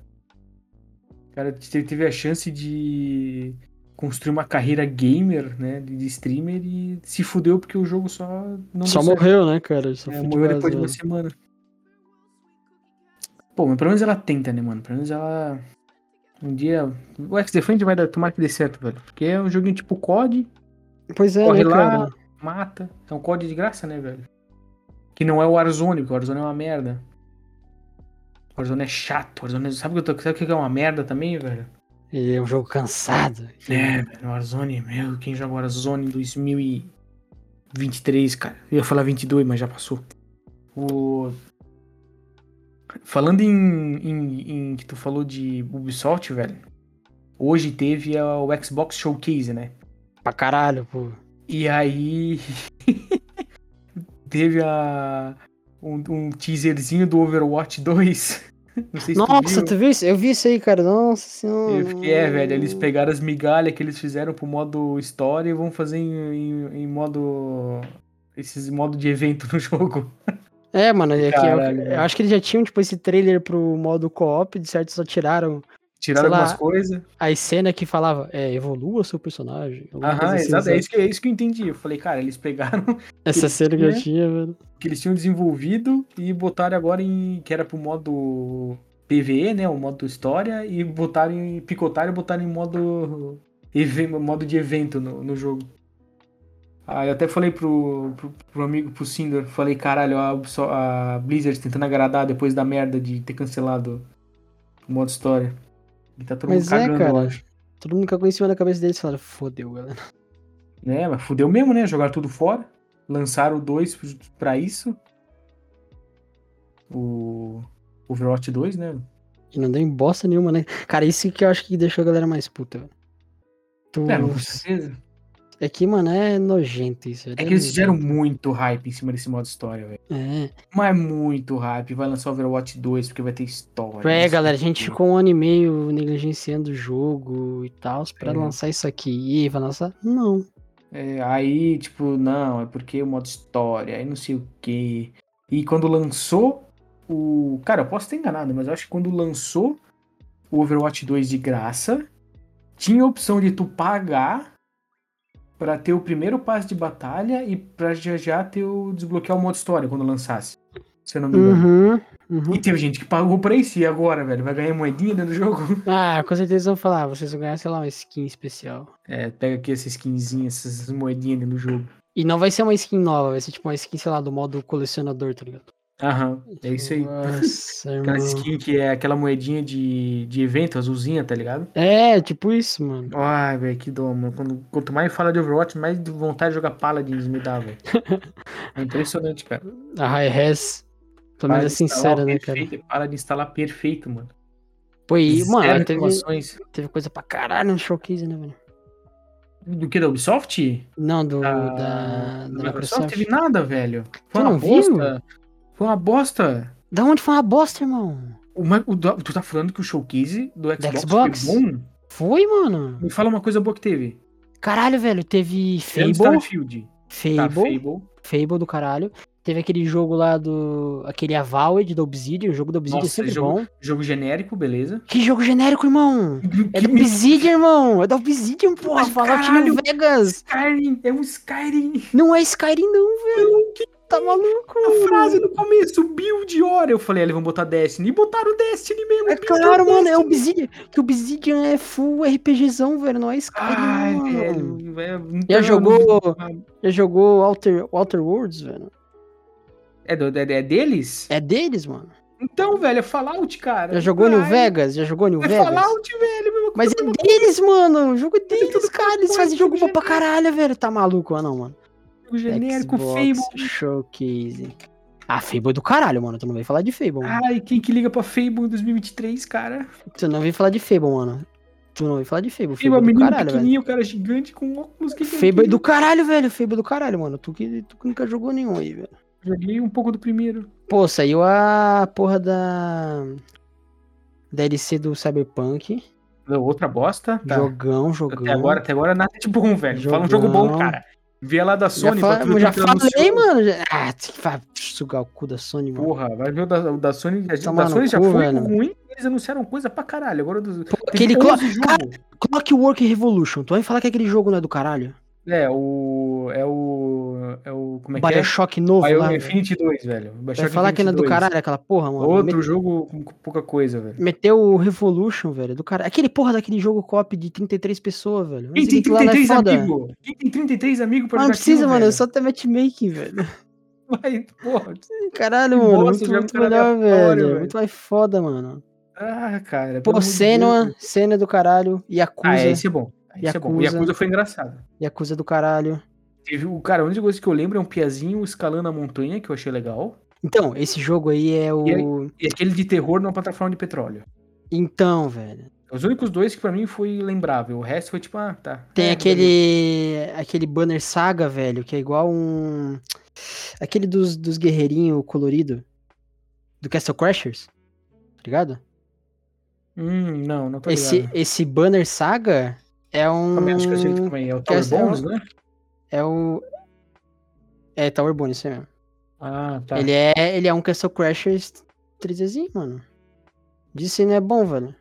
O cara te- teve a chance de construir uma carreira gamer, né? De de streamer e se fudeu porque o jogo só não
Só
deu certo.
morreu, né, cara? Só
É,
foi de
morreu depois de uma
vaza,
semana. Pô, mas pelo menos ela tenta, né, mano? Pelo menos ela. Um dia. O X-Defend vai dar, tomar que dê certo, velho. Porque é um joguinho tipo COD,
velho. Pois é,
corre
né,
lá,
cara?
mata. É um código de graça, né, velho? Que não é o Warzone, porque o Warzone é uma merda. O Warzone é chato. O Warzone é... Sabe o que eu tô- sabe o que é uma merda também, velho?
Ele é um jogo cansado.
É, velho. O Warzone, meu, quem joga Warzone em 2023, cara? Eu ia falar 22, mas já passou. O... Falando em, em- em que tu falou de Ubisoft, velho. Hoje teve a- o Xbox Showcase, né?
Pra caralho, pô.
E aí. teve a. Um, um teaserzinho do Overwatch 2. Não sei se
Nossa,
tu viu.
tu viu isso? Eu vi isso aí, cara. Nossa senhora.
Eu fiquei, é, velho, eles
Hum.
pegaram as migalhas que eles fizeram pro modo história e vão fazer em, em- em modo. Esses modo de evento no jogo.
É, mano, é que eu-
Caralho,
eu acho que eles já tinham, tipo, esse trailer pro modo co-op, de certo, só tiraram
Tiraram
sei lá.
algumas coisas.
a cena que falava, é, evolua seu personagem. alguma coisa
Aham,
assim,
exato. É
sabe?
isso, que, é isso que eu entendi. Eu falei, cara, eles pegaram
Essa cena que eu
né?
tinha, velho.
o que eles tinham desenvolvido e botaram agora em. que era pro modo PVE, né? O modo história, e botaram em. picotaram e botaram em modo. even- modo de evento no, no jogo. Ah, eu até falei pro, pro, pro amigo, pro Cinder, falei, caralho, a, Ubso- a Blizzard tentando agradar depois da merda de ter cancelado o modo história. E tá todo mundo
Mas é,
cagando,
cara.
eu acho.
Todo mundo cagou em cima da cabeça deles e falaram, fodeu, galera.
É, mas fudeu mesmo, né? Jogaram tudo fora. Lançaram o 2 pra isso. O Overwatch 2, né?
E não deu em bosta nenhuma, né? Cara, isso que eu acho que deixou a galera mais puta, velho. Tu...
É, mas com certeza.
É que, mano, é nojento isso. velho,
É que eles fizeram
nojento.
muito hype em cima desse modo história, velho.
É.
Mas muito hype. Vai lançar o Overwatch 2 porque vai ter história.
É,
isso,
galera, a gente
aquilo.
ficou um ano e meio negligenciando o jogo e tal, pra
É.
lançar isso aqui. E aí, vai lançar? Não.
É, aí, tipo, não, é porque o modo história, aí não sei o quê. E quando lançou o. Cara, eu posso ter enganado, mas eu acho que quando lançou o Overwatch 2 de graça, tinha a opção de tu pagar pra ter o primeiro passe de batalha e pra já já ter o desbloquear o modo história quando lançasse. Se eu não me engano.
Uhum. uhum.
E teve gente que pagou pra isso e agora, velho? Vai ganhar moedinha dentro do jogo?
Ah, com certeza vão falar, vocês vão ganhar, sei lá, uma skin especial.
É, pega aqui essas skinzinhas, essas moedinhas dentro do jogo.
E não vai ser uma skin nova, vai ser tipo uma skin, sei lá, do modo colecionador, tá ligado?
Aham, é isso aí.
Nossa,
Aquela
irmão.
skin que é aquela moedinha de, de evento, azulzinha, tá ligado?
É, tipo isso, mano.
Ai, velho, que dó, mano. Quando- quanto mais fala de Overwatch, mais de vontade de jogar Paladins me dá, velho. É impressionante, cara.
A High Res. Pelo
tá
menos é sincera, né, cara?
cara? Para de instalar perfeito, mano.
Pô, e, mano,
Zero
ela teve,
reclamações.
teve coisa pra caralho no showcase, né, velho?
Do que, da Ubisoft?
Não, do,
Ah,
da, da
Da Microsoft
Microsoft.
teve nada, velho.
Tu
Foi uma
não viu?
bosta. Foi uma bosta.
Da onde foi uma bosta, irmão?
O, Ma- o do- tu tá falando que o showcase do
Da
Xbox,
Xbox?
foi bom?
Foi, mano.
Me fala uma coisa boa que teve.
Caralho, velho, teve
Tirando
Fable,
Starfield. Tá,
Fable,
Fable.
Fable do caralho. Teve aquele jogo lá do. aquele Avowed da Obsidian, o jogo da Obsidian
Nossa,
é sempre
jogo-
bom.
Jogo genérico, beleza.
Que jogo genérico, irmão! É
Que
da Obsidian, irmão! É da Obsidian, porra!
Mas,
Fallout
caralho!
New Vegas!
Skyrim, é um Skyrim.
Não é Skyrim, não, velho! Tá maluco?
A frase no começo, build hora. Eu falei, ah, eles vão botar Destiny. E botaram o Destiny mesmo.
É
build
claro,
the
mano, é
Destiny.
Obsidian. Que Obsidian é full RPGzão, velho, não é Skyrim,
Ai,
mano.
velho. é velho, não
Já
tem-
jogou, já jogou Outer, Outer Worlds, velho?
É, do, é, é deles?
É deles, mano.
Então, velho, é Fallout, cara.
Já jogou New
Ai,
Vegas? Já jogou New
É
Vegas?
Fallout, velho. mesma
Mas
coisa.
é deles, mano. O jogo é deles,
tudo
cara. Eles
coisa,
fazem jogo
tudo
bom pra caralho, velho. Tá maluco, ah, não, mano.
Jogo genérico,
Xbox
Fable.
Showcase. Ah, Fable é do caralho, mano. Tu não veio falar de Fable, mano.
Ai, quem que liga pra Fable em 2023, cara?
Tu não veio falar de Fable, mano. Tu não veio falar de Fable.
Ah. Fable é um
Fable é do
menino
caralho, velho.
pequenininho, o cara gigante com óculos. Que que é
Fable é
aquilo?
do caralho, velho. Fable é do caralho, mano. Tu que, tu que nunca jogou nenhum aí, velho.
Joguei um pouco do primeiro.
Pô, saiu a porra da. DLC do Cyberpunk.
Outra bosta. Tá.
Jogão, jogão.
Até agora, até agora nada de bom, velho. Fala um jogo
Jogão.
bom, cara. Vê lá da
Já,
Sony.
fa-
vai tudo
já
que tá ela
falei,
anunciou.
mano. já- Ah, tem que vai sugar o cu da Sony, mano.
Porra, vai ver o da, o da Sony. A gente,
Tomar
da
no
Sony já
cu,
foi
velho.
ruim, eles anunciaram coisa pra caralho. Agora tipo do,
Pô, aquele Clo- cara,
jogo.
Clockwork Revolution. Tu vai falar que aquele jogo não é do caralho?
É, o. É o. É o. Como é que é?
Bioshock novo
Bio
lá. velho.
Infinity 2, velho.
Vai
Bioshock
falar que não é do
2.
caralho aquela porra, mano.
Outro
Me-
jogo com pouca coisa, velho.
Meteu o Revolution, velho, do caralho. Aquele porra daquele jogo cop de 33 pessoas, velho. Mas
Quem tem
aquilo lá não é
33
foda.
amigos? Quem tem 33 amigos pra
Mas não
jogar
precisa,
aquilo,
mano. É
velho?
só até matchmaking, velho.
Vai, porra.
Caralho,
Que
mano.
bosta,
Muito,
jogo
muito
cara
melhor,
aleatório,
velho.
velho.
Muito mais foda, mano.
Ah, cara. pelo
Pô,
amor de
Senua,
Deus.
Senua do caralho. Yakuza,
Ah, é. esse é bom. Esse é bom.
Yakuza.
Yakuza foi engraçado.
Yakuza do caralho.
Teve o cara, a única coisa que eu lembro é um piazinho escalando a montanha, que eu achei legal.
Então, esse jogo aí é
E
o.
E aquele de terror numa plataforma de petróleo.
Então, velho.
Os únicos dois que pra mim foi lembrável. O resto foi tipo, ah, tá.
Tem
É, beleza.
aquele aquele banner saga, velho, que é igual um aquele dos, dos guerreirinho colorido do Castle Crashers. Tá ligado?
Hum, não, não tô
Esse
ligado.
esse banner saga é
Também acho que eu sei
um
também. É o
que é
Tower
esse- é
Bones, né?
é o é Tower Bonus, isso aí mesmo.
Ah, tá.
Ele, é, ele é um Castle Crasher 3Dzinho, mano. Disse não é bom, velho.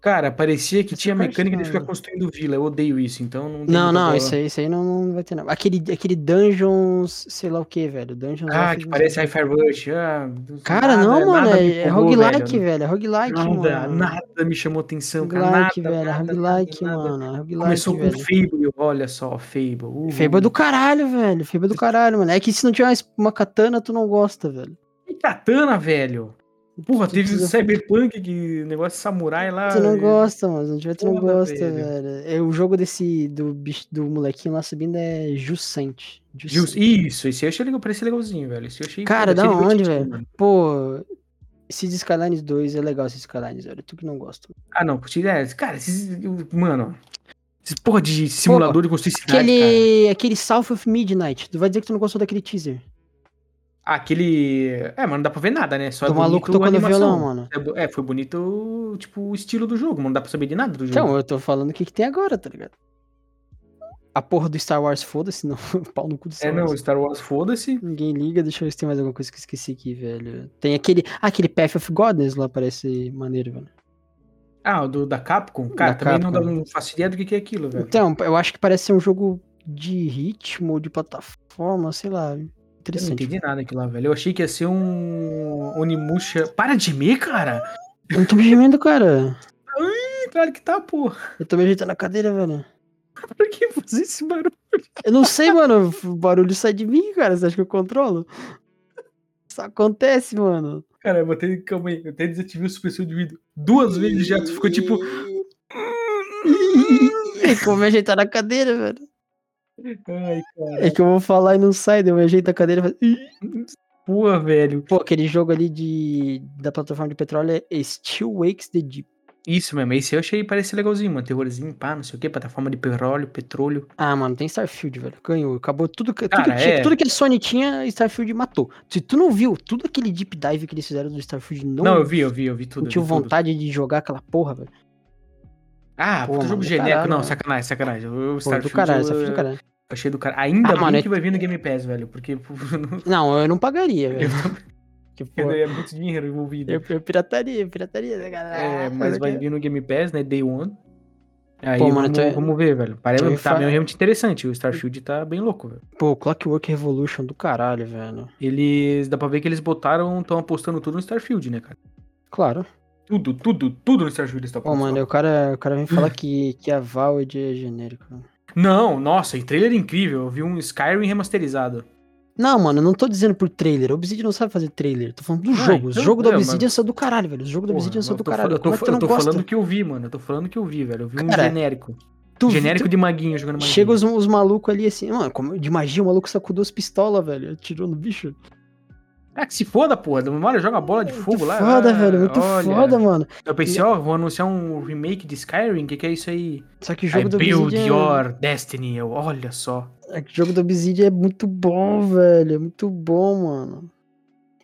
Cara, parecia que
Esse
tinha
cara
mecânica de
estranho.
ficar construindo vila. Eu odeio isso, então não. dei
Não,
muita
não,
bola.
isso aí, isso aí não, não vai ter não. Aquele, aquele Dungeons, sei lá o que, velho. Dungeons
Ah,
of-
que parece Hi-Fi Rush. Ah,
Cara,
nada-
não, mano,
nada me
é, é
pegou,
roguelike,
velho.
velho. É roguelike,
Nada,
mano.
nada me chamou atenção, cara.
Roguelike,
nada,
velho. é
nada,
Roguelike,
nada, nada.
mano. é
Começou
Roguelike,
com
velho.
Fable, olha só, Fable. Uh,
Fable é do caralho, velho. Fable é do caralho, mano. É que se não tiver uma es- uma katana, tu não gosta, velho.
Que katana, velho. Porra,
Tu
teve o
precisa-
Cyberpunk, que negócio de samurai lá. eh,
Tu não
e-
gosta, mano. Se não tiver, tu não
Foda,
gosta,
velho.
velho. É, o jogo desse, do, bicho, do molequinho lá subindo é Jucente.
Jus- Isso, esse eu achei legal, parece legalzinho, velho. Esse eu achei.
Cara,
achei
da onde,
divertido,
velho?
mano.
Pô, esses Skylines 2 é legal, esses Skylines, velho. Tu que não gosta.
Ah, não, curti. é, Cara, esses. Mano, esses porra de simulador de construir cidade, cara.
Aquele, aquele South of Midnight. Tu vai dizer que tu não gostou daquele teaser.
Ah, aquele. É, mano, não dá pra ver nada, né? Só é
do maluco
bonito a
tocando
animação.
violão, mano.
É bo- É, foi bonito, tipo, o estilo do jogo, mano. Não dá pra saber de nada do jogo.
Então, eu tô falando o que, que tem agora, tá ligado? A porra do Star Wars, foda-se, não. Pau no cu do
é,
Star
não,
Wars.
Star Wars, foda-se.
Ninguém liga, deixa eu ver se tem mais alguma coisa que eu esqueci aqui, velho. Tem aquele. Ah, aquele Path of Godness lá, parece maneiro, velho.
Ah, o do, da Capcom? Cara,
Da
também Não, dá,
Capcom.
não faço ideia do que que é aquilo, velho.
Então, eu acho que parece ser um jogo de ritmo, de plataforma, sei lá.
Eu não
Interessante.
entendi nada aquilo lá, velho. Eu achei que ia ser um Onimusha. Para de mim, cara!
Eu não tô me gemendo, cara.
Ih, Claro que tá, pô.
Eu tô me ajeitando na cadeira, velho.
Pra que fazer esse barulho?
Eu não sei, mano. O barulho sai de mim, cara. Você acha que eu controlo? Isso acontece, mano.
Cara, eu botei. Calma aí, eu até desativei o supressor de vidro duas vezes já. Tu ficou tipo.
É que eu vou me ajeitar na cadeira, velho.
Ai,
É que eu vou falar e não sai, daí eu me ajeito na cadeira e faz- Ih.
pô, velho.
Pô, aquele jogo ali de... da plataforma de petróleo é Still Wakes the Deep.
Isso mesmo, esse eu achei parece legalzinho, mano. Terrorzinho, pá, não sei o que, plataforma de petróleo, petróleo.
Ah, mano, tem Starfield, velho. Ganhou. Acabou tudo que, tudo,
Cara,
que tinha,
é.
tudo que a Sony tinha, Starfield matou. Se tu não viu tudo aquele deep dive que eles fizeram do Starfield, não,
Não, eu vi, eu vi, eu vi tudo. eu
sentiu
vi tudo.
vontade de jogar aquela porra, velho.
Ah,
Pô,
puta
mano,
jogo
do
genérico.
caralho,
não,
mano.
sacanagem, sacanagem. Eu, eu
Pô, do
Starfield,
caralho,
eu-
Starfield do
eu
caralho.
Achei do cara. Ainda
Ah,
bem
mano, é-
que vai vir no Game Pass, velho. Porque pô, não-
Não, eu não pagaria,
é. eu
velho. Que
Porque
porra.
daí é muito dinheiro envolvido.
Eu, eu pirataria, eu pirataria, né, galera?
É, mas vai vir no Game Pass, né? Day One. Aí
Pô, mano,
vamos,
tu é-
vamos ver, velho. Parece
tu é
que tá
fa-
meio realmente interessante. O Starfield tá bem louco, velho.
Pô, Clockwork Revolution do caralho, velho.
Eles. Dá pra ver que eles botaram, estão apostando tudo no Starfield, né, cara?
Claro.
Tudo, tudo, tudo no Starfield eles estão
Pô,
apostando.
mano, o cara, o cara vem falar que, que a Valve é genérico. mano.
Não, nossa, e trailer incrível. Eu vi um Skyrim remasterizado.
Não, mano, eu não tô dizendo por trailer. A Obsidian não sabe fazer trailer. Tô falando do
Ah,
jogo. Os
então,
jogos da
é,
Obsidian
mano.
são do caralho, velho. Os jogos da
Porra,
Obsidian são
eu
do
tô
caralho.
fal- Eu tô,
Como é que tu
eu
não
tô
gosta?
falando que eu vi, mano. Eu tô falando que eu vi, velho. Eu vi um
Cara,
genérico.
Tu vi-
genérico de maguinho jogando
tu-
maguinho.
Chega os, os malucos ali assim, mano, como de magia, o maluco sacou duas pistolas, velho. Atirou no bicho.
Ah, que se foda, porra. Demora, joga bola de fogo
muito
lá.
foda,
ah,
velho. Muito
olha.
foda, mano.
Eu pensei, ó, vou anunciar um remake de Skyrim, que que é isso aí?
Só que o
I
jogo da
build
Obsidian.
your destiny, eu, olha só.
É que o jogo do Obsidian é muito bom, velho. É muito bom, mano.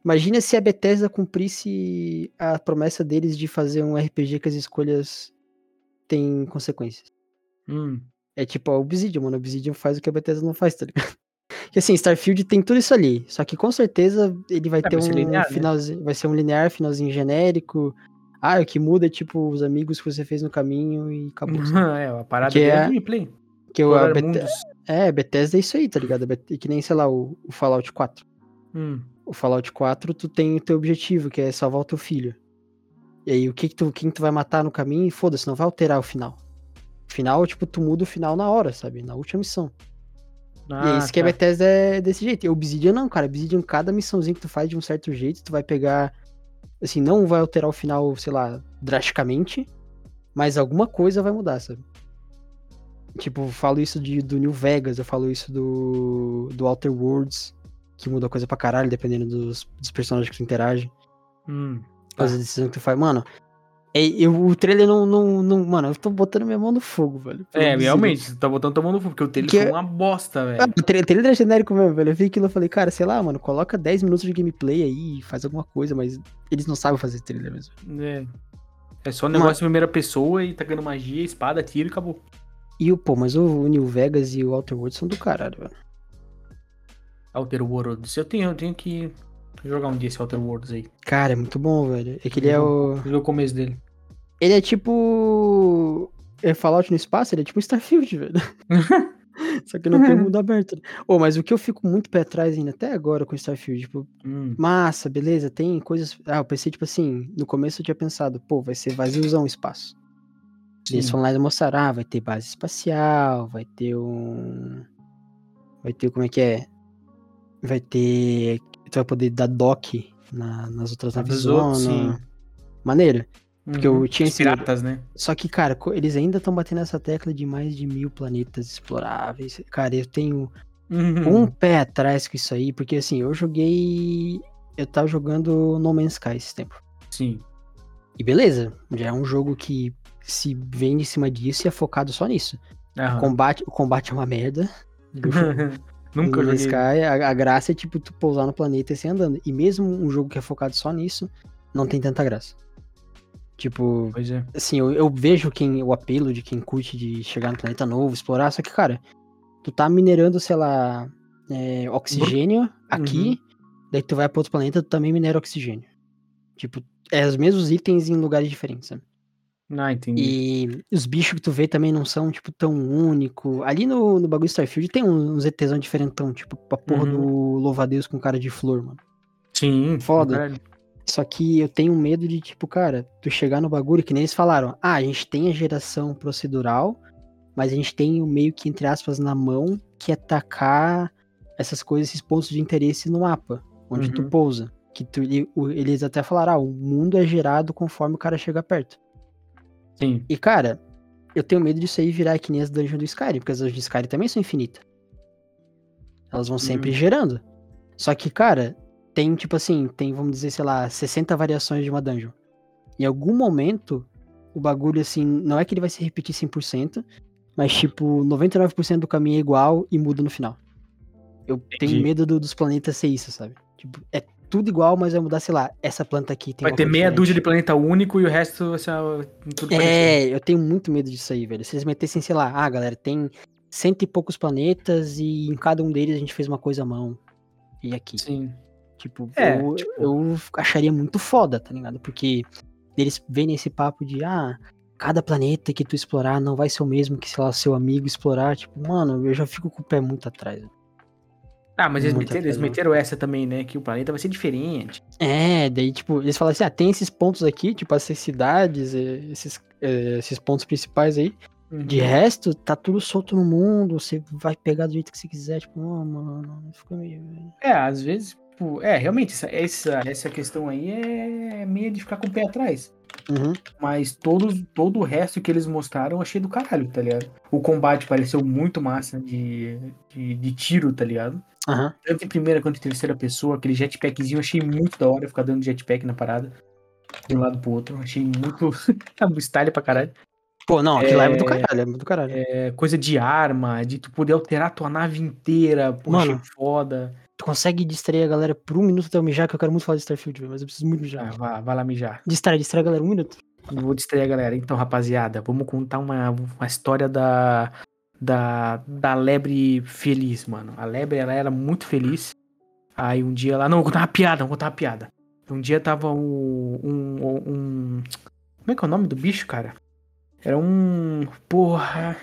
Imagina se a Bethesda cumprisse a promessa deles de fazer um RPG que as escolhas têm consequências.
Hum.
É tipo a Obsidian, mano. A Obsidian faz o que a Bethesda não faz, tá ligado? Que assim, Starfield tem tudo isso ali. Só que com certeza ele vai
É,
ter
vai
um
ser linear, né?
finalzinho. Vai ser um linear, finalzinho genérico. Ah, o que muda é tipo os amigos que você fez no caminho e acabou.
é, a parada
Que
dele é
é-
gameplay.
Que eu, a
Explorar
Beth...
mundos.
É, Bethesda é isso aí, tá ligado? A Beth- Que nem, sei lá, o, o Fallout 4.
Hum.
o Fallout 4, tu tem o teu objetivo, que é salvar o teu filho. E aí, o que, que tu, quem tu vai matar no caminho, e foda-se, não vai alterar o final. Final, tipo, tu muda o final na hora, sabe? Na última missão. e é
Ah,
isso que a
tá.
Bethesda é desse jeito. E a Obsidian não, cara. A Obsidian, cada missãozinha que tu faz de um certo jeito, tu vai pegar. Assim, não vai alterar o final, sei lá, drasticamente, mas alguma coisa vai mudar, sabe? Tipo, eu falo isso de, do New Vegas, eu falo isso do, do Outer Worlds, que muda coisa pra caralho, dependendo dos, dos personagens que tu interage
Hum.
as decisões que tu faz. Mano, é- eu, o trailer não, não, não- Mano, eu tô botando minha mão no fogo, velho. pelo
É,
Obsidian.
realmente, você tá botando tomando fogo, porque o telho
um Que-
foi uma bosta,
Ah,
velho.
o tra- trailer é genérico mesmo, velho. Eu vi aquilo e falei, cara, sei lá, mano, coloca 10 minutos de gameplay aí, faz alguma coisa, mas eles não sabem fazer trailer mesmo.
É. É só negócio de primeira pessoa e tacando magia, espada, tiro e acabou.
E o, pô, mas o, o New Vegas e o Outer Worlds são do caralho, velho.
Outer Worlds. Eu tenho, eu tenho que jogar um dia esse Outer Worlds aí.
Cara, é muito bom, velho. É que ele é o.
Joguei o começo dele.
Ele é tipo. É Fallout no espaço? Ele é tipo Starfield, velho. Só que não tem mundo aberto. né? Ô, mas o que eu fico muito pé atrás ainda até agora com Starfield, tipo,
Hum.
massa, beleza, tem coisas. Ah, eu pensei, tipo assim, no começo eu tinha pensado, pô, vai ser vaziozão o espaço. Eles
Sim.
foram lá e mostraram, ah, vai ter base espacial, vai ter um. Vai ter, como é que é? Vai ter. Tu vai poder dar dock na- nas outras naves
Nas outras,
zona. Maneiro. porque eu tinha
Uhum. Os
esse-
piratas, né?
Só que, cara, co- eles ainda estão batendo essa tecla de mais de mil planetas exploráveis. Cara, eu tenho um
Uhum.
pé atrás com isso aí, porque assim, eu joguei. Eu tava jogando No Man's Sky esse tempo.
Sim.
E beleza, já é um jogo que se vende em cima disso e é focado só nisso.
Aham.
Combate, o combate é uma merda.
Nunca
no No Man's
joguei.
Sky, a, a graça é tipo tu pousar no planeta e sair andando. E mesmo um jogo que é focado só nisso, não tem tanta graça. Tipo,
Pois é.
assim, eu, eu vejo quem o apelo de quem curte de chegar no planeta novo, explorar, só que, cara, tu tá minerando, sei lá, é, oxigênio aqui,
Uhum.
daí tu vai pra outro planeta, tu também minera oxigênio. Tipo, é os mesmos itens em lugares diferentes, sabe?
Ah, entendi.
E os bichos que tu vê também não são, tipo, tão único. Ali no, no bagulho Starfield tem um, uns ETzão diferentão, tipo, pra porra
Uhum.
do louvadeus com cara de flor, mano.
Sim.
Foda.
caralho.
Só que eu tenho medo de, tipo, cara, tu chegar no bagulho, que nem eles falaram, ah, a gente tem a geração procedural, mas a gente tem o meio que, entre aspas, na mão, que é tacar essas coisas, esses pontos de interesse no mapa, onde tu
Uhum.
pousa. Que tu, e- o- eles até falaram, ah, o mundo é gerado conforme o cara chega perto.
Sim.
E, cara, eu tenho medo disso aí virar que nem as dungeons do Skyrim, porque as dungeons do Skyrim também são infinitas. Elas vão sempre
Hum.
gerando. Só que, cara, tem tipo assim, tem, vamos dizer, sei lá, 60 variações de uma dungeon. Em algum momento, o bagulho assim, não é que ele vai se repetir 100%, mas tipo, 99% do caminho é igual e muda no final. Eu tenho
Entendi.
medo do- dos planetas ser isso, sabe? Tipo, é tudo igual, mas vai mudar, sei lá, essa planta aqui tem
Vai
uma
ter
cor
meia
diferente.
dúzia de planeta único e o resto vai ser tudo parecido.
É, eu tenho muito medo disso aí, velho. Se eles metessem, sei lá, ah, galera, tem cento e poucos planetas e em cada um deles a gente fez uma coisa à mão. E aqui.
Sim.
Tipo,
É,
eu,
tipo-
eu acharia muito foda, tá ligado? Porque eles vêm nesse papo de, ah, cada planeta que tu explorar não vai ser o mesmo que, sei lá, seu amigo explorar. Tipo, mano, eu já fico com o pé muito atrás.
Ah, mas eles
Muita
meteram, eles
coisa.
meteram essa também, né? Que o planeta vai ser diferente.
É, daí, tipo, eles falam assim, ah, tem esses pontos aqui, tipo, essas cidades, eh, esses, eh, esses pontos principais aí. De resto, tá tudo solto no mundo, você vai pegar do jeito que você quiser, tipo, oh, mano, fica meio.
É, às vezes, tipo, é, realmente, essa, essa, essa questão aí é meio de ficar com o pé atrás.
Uhum.
Mas todos, todo o resto que eles mostraram eu achei do caralho, tá ligado? O combate pareceu muito massa de, de, de tiro, tá ligado?
Aham.
Tanto em primeira quanto em terceira pessoa, aquele jetpackzinho eu achei muito da hora ficar dando jetpack na parada. De um lado pro outro, eu achei muito. tá um style pra caralho.
Pô, não, aquilo lá é muito
É,
caralho, é muito caralho.
É, coisa de arma, de tu poder alterar tua nave inteira, pô,
Mano.
achei foda.
Tu consegue distrair a galera por um minuto até eu mijar, que eu quero muito falar de Starfield, velho, mas eu preciso muito mijar.
Ah, vá, vá lá mijar.
Distrai, distrai a galera um minuto.
Não Vou distrair a galera. Então, rapaziada, vamos contar uma, uma história da, da, da lebre feliz, mano. A lebre, ela era muito feliz. Aí um dia ela. Não, vou contar uma piada, vou contar uma piada. Um dia tava o- um. um, um- como é que é o nome do bicho, cara? Era um. Porra.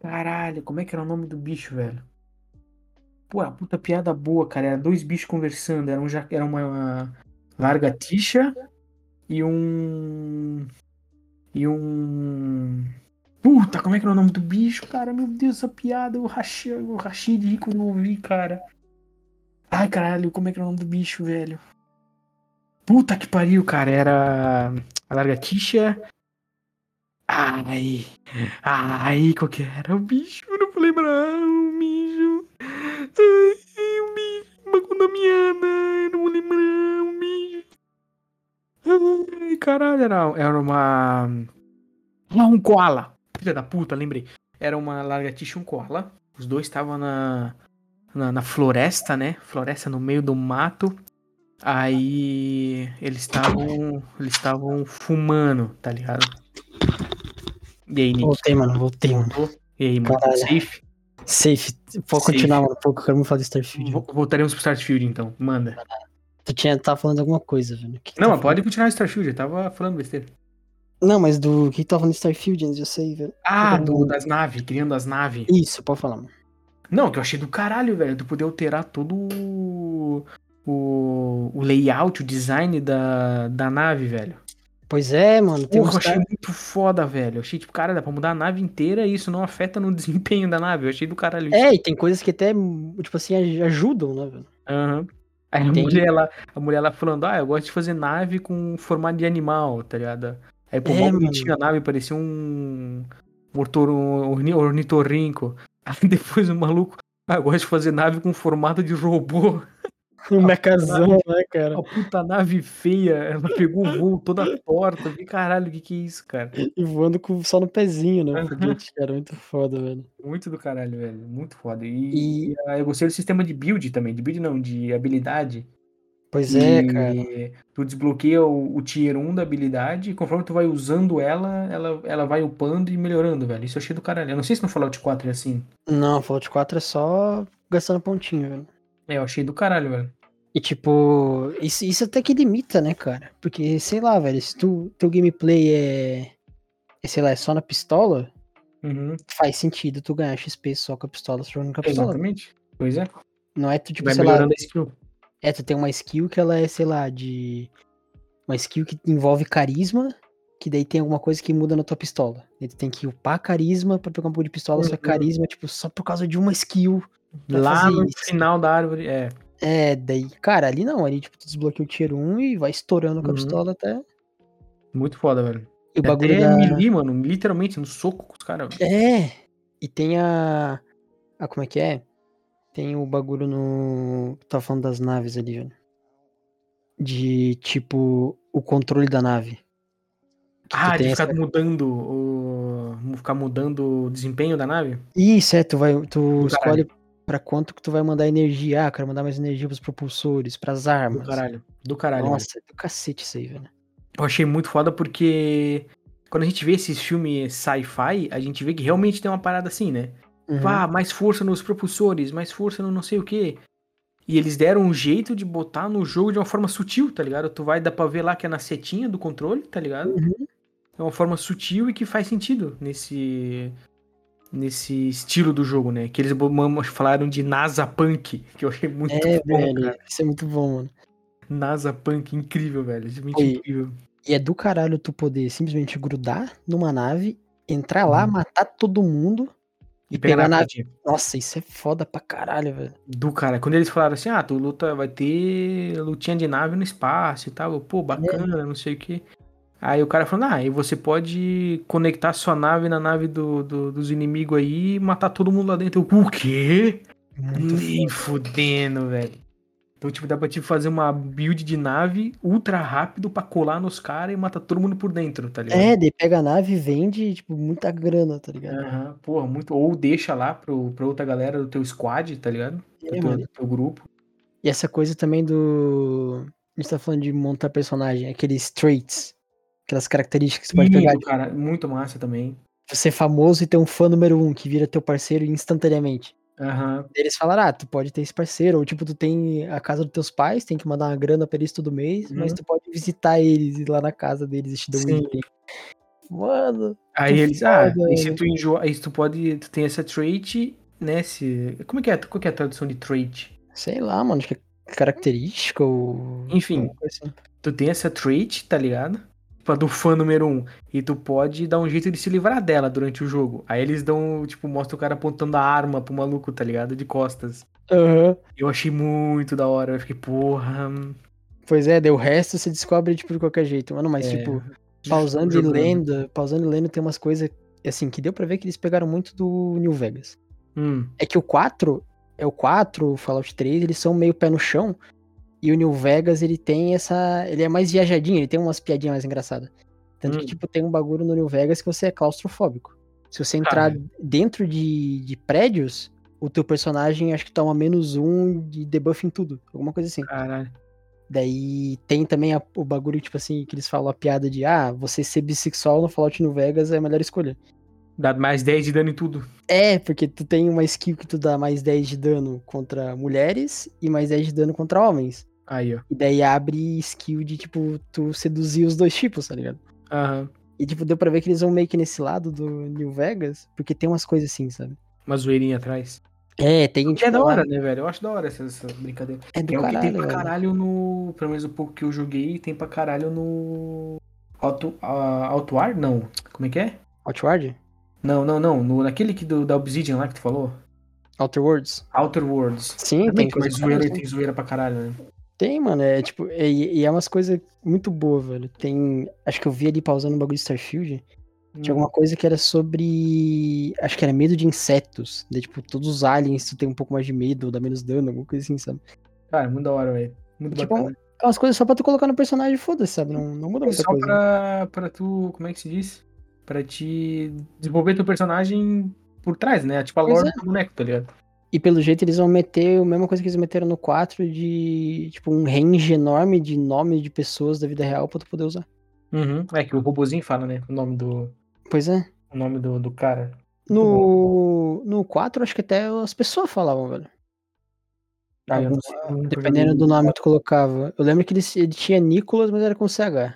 Caralho, como é que era o nome do bicho, velho? Pô, a puta piada boa, cara. Era dois bichos conversando. Era, um, ja- era uma, uma largatixa e um. E um. Puta, como é que era o nome do bicho, cara? Meu Deus, essa piada. Eu rachei, eu rachei de rico quando eu ouvi, cara. Ai, caralho, como é que era o nome do bicho, velho? Puta que pariu, cara. Era. A largatixa. Ai. Ai, qual que era o bicho? Eu não vou lembrar. O bicho. Ai, o bicho. Macundamiana. Eu não vou lembrar. O bicho. Ai, caralho, era, era uma. Ah, um koala. Filha da puta, lembrei. Era uma lagartixa e um koala. Os dois estavam na, na, na floresta, né? Floresta no meio do mato. Aí eles estavam. Eles estavam fumando, tá ligado? E aí, Nick?
Voltei, mano, voltei, mano.
E aí, mano?
Caralho.
Safe?
Safe. Pode
Safe.
continuar, mano. Pouco, eu quero muito falar de Starfield.
Vo- Voltaremos pro Starfield, então. Manda.
Tu tinha, tava falando alguma coisa, velho. O que que
Não,
tá
mas pode continuar o Starfield, eu tava falando besteira.
falando? Não, mas do o que que tava falando de Starfield antes de eu sair, velho.
Ah,
Todo
do,
mundo.
das naves, criando as naves.
Isso, pode falar, mano.
Não, que eu achei do caralho, velho. Tu poder alterar todo o, o, o layout, o design da, da nave, velho.
Pois é, mano. Tem
Porra,
uns
eu achei
caras.
muito foda, velho. Eu achei, tipo, cara, dá pra mudar a nave inteira e isso não afeta no desempenho da nave. Eu achei do caralho isso.
É, e tem coisas que até, tipo assim, aj- ajudam, né, velho?
Aham. Aí a
Entendi.
mulher, ela, a mulher lá falando, ah, eu gosto de fazer nave com formato de animal, tá ligado? Aí, pô,
É,
mal
mano.
bonitinho a nave, parecia um, um, ortor- um orni- ornitorrinco. Aí depois o maluco, ah, eu gosto de fazer nave com formato de robô.
Um mecazão, né, cara?
Uma puta nave feia, ela pegou o voo toda torta. Que caralho, o que que é isso, cara?
E voando com, só no pezinho, né?
Aham.
O foguete, cara. Muito foda, velho.
Muito do caralho, velho. Muito foda. E,
E-
e, ah, eu gostei do sistema de build também. De build não, de habilidade.
Pois é,
E
cara.
Tu desbloqueia o, o tier 1 da habilidade e conforme tu vai usando ela, ela, ela vai upando e melhorando, velho. Isso eu achei do caralho. Eu não sei se no Fallout 4 é assim.
Não, Fallout 4 é só gastando pontinho, velho.
É, eu achei do caralho, velho.
E tipo, isso, isso até que limita, né, cara? Porque, sei lá, velho, se tu, teu gameplay é, é, sei lá, é só na pistola,
Uhum.
faz sentido tu ganhar XP só com a pistola, só jogando com a pistola.
Exatamente. Pois é.
Não é tu, tipo,
vai
sei lá,
melhorando a skill.
é tu tem uma skill que ela é, sei lá, de... Uma skill que envolve carisma, que daí tem alguma coisa que muda na tua pistola. Daí tu tem que upar carisma pra pegar um pouco de pistola, só que
Uhum.
carisma, tipo, só por causa de uma skill. pra
Lá
fazer
no
tá isso.
final da árvore. É.
É, daí, cara, ali não, ali tipo, tu desbloqueia o tier 1 e vai estourando com a
Uhum.
pistola até.
Muito foda, velho.
E o
É
bagulho
até
da...
melee, mano, literalmente, no soco com os caras.
É! E tem a. Ah, como é que é? Tem o bagulho no. Tava falando das naves ali, velho. De tipo, o controle da nave. Que tu
Ah, de
tem
ficar
essa-
mudando o. Ficar mudando o desempenho da nave?
Isso, é, tu vai. Tu
Do caralho.
escolhe pra quanto que tu vai mandar energia. Ah, quero mandar mais energia pros propulsores, pras
Do
armas.
caralho. Do caralho. velho.
Tá Nossa, é do cacete isso aí, velho.
Eu achei muito foda porque quando a gente vê esses filmes sci-fi, a gente vê que realmente tem uma parada assim, né?
Uhum.
Vá, mais força nos propulsores, mais força no não sei o quê. E eles deram um jeito de botar no jogo de uma forma sutil, tá ligado? Tu vai, dá pra ver lá que é na setinha do controle, tá ligado?
Uhum.
É uma forma sutil e que faz sentido nesse nesse estilo do jogo, né? Que eles bo- mam- falaram de NASA Punk, que eu achei muito
É,
bom,
velho.
cara.
Isso é muito bom, mano.
NASA Punk, incrível, velho. Simplesmente
Oi.
incrível.
E é do caralho tu poder simplesmente grudar numa nave, entrar lá, matar todo mundo Uhum. e pegar, a nave.
navinha.
Nossa, isso é foda pra caralho, velho.
Do cara. Quando eles falaram assim, ah, tu luta, vai ter lutinha de nave no espaço e tal. Eu,
É.
Pô, bacana, não sei o que. Aí o cara falou, ah, e você pode conectar sua nave na nave do, do- dos inimigos aí e matar todo mundo lá dentro. Eu, o quê?
É Muito
Nem fudendo, velho. Então, tipo, dá pra te fazer uma build de nave ultra rápido pra colar nos caras e matar todo mundo por dentro, tá ligado?
É, daí pega a nave e vende, tipo, muita grana, tá ligado?
Aham, porra, muito. Ou deixa lá pro, pra outra galera do teu squad, tá ligado? Do
É,
teu,
mano.
do teu grupo.
E essa coisa também do. A gente tá falando de montar personagem, aqueles traits, aquelas características que você pode pegar.
Ih, cara, muito massa também.
Tipo, ser famoso e ter um fã número um que vira teu parceiro instantaneamente.
Aham.
Daí Eles falaram, ah, tu pode ter esse parceiro, ou tipo, tu tem a casa dos teus pais, tem que mandar uma grana pra eles todo mês, mas
Uhum.
tu pode visitar eles, ir lá na casa deles e te dar um
Sim.
item. Mano,
Aí
Que
eles, ah,
foda,
e se tu enjoa, aí se tu pode, tu tem essa trait, né? Se, como é que é? Qual que é a tradução de trait?
sei lá, mano, acho que é característica ou.
Enfim,
alguma coisa assim.
tu tem essa trait, tá ligado? Tipo, a do fã número um. E tu pode dar um jeito de se livrar dela durante o jogo. Aí eles dão, tipo, mostra o cara apontando a arma pro maluco, tá ligado? De costas.
Aham.
Eu achei muito da hora. Eu fiquei, porra. hum.
Pois é, daí o resto você descobre, tipo, de qualquer jeito, mano, mas
É.
tipo, pausando e
Jogando.
lendo, pausando e lendo tem umas coisas, assim, que deu pra ver que eles pegaram muito do New Vegas.
Hum,
É que o 4, é o 4, o Fallout 3, eles são meio pé no chão. E o New Vegas, ele tem essa. Ele é mais viajadinho, ele tem umas piadinhas mais engraçadas. Tanto
Hum.
que, tipo, tem um bagulho no New Vegas que você é claustrofóbico. Se você entrar dentro de, de prédios, o teu personagem acho que toma menos um de debuff em tudo. Alguma coisa assim.
caralho.
Daí tem também a- o bagulho, tipo assim, que eles falam a piada de ah, você ser bissexual no Fallout New Vegas é a melhor escolha.
Dá mais 10 de dano em tudo.
É, porque tu tem uma skill que tu dá mais 10 de dano contra mulheres e mais 10 de dano contra homens.
Aí, ó.
E daí abre skill de, tipo, tu seduzir os dois tipos, tá ligado?
Aham.
E, tipo, deu pra ver que eles vão meio que nesse lado do New Vegas, porque tem umas coisas assim, sabe?
Uma zoeirinha atrás.
É, tem, tipo...
É da
lá-
hora, né, velho? Eu acho da hora essa, essa brincadeira.
É do
é o que tem
caralho,
pra
velho.
caralho no. Pelo menos o pouco que eu joguei, tem pra caralho no. Auto, ah, Outward? Não. Como é que é?
Outward?
Não, não, não. No, naquele que do, da Obsidian lá que tu falou.
Outer Worlds?
Outer Worlds.
Sim, tem
Realmente,
coisa
mas
pra caralho,
zoeira,
sim.
tem zoeira pra caralho, né?
Tem, mano, é tipo, é- e é umas coisas muito boas, velho. Tem, acho que eu vi ali pausando um bagulho de Starfield, tinha alguma coisa que era sobre, acho que era medo de insetos, de tipo, todos os aliens tu tem um pouco mais de medo, dá menos dano, alguma coisa assim, sabe?
Hum, Cara, muito da hora, velho. Muito
Tipo,
bacana.
É umas coisas só pra tu colocar no personagem, e foda-se, sabe? Não, não muda
É
muita
só
coisa.
pra, pra tu. Como é que se diz? Pra te desenvolver teu personagem por trás, né? Tipo a
Pois
lore
é.
do boneco, tá ligado?
E pelo jeito eles vão meter a mesma coisa que eles meteram no 4 de, tipo, um range enorme de nome de pessoas da vida real pra tu poder usar.
Uhum. É que o robozinho fala, né? O nome do.
Pois é.
O nome do, do cara.
No, no 4, acho que até as pessoas falavam, velho.
Ah, eu não
Algum-
sei, eu nunca
Dependendo
joguei.
do nome que tu colocava. Eu lembro que ele, ele tinha Nicholas, mas era com CH.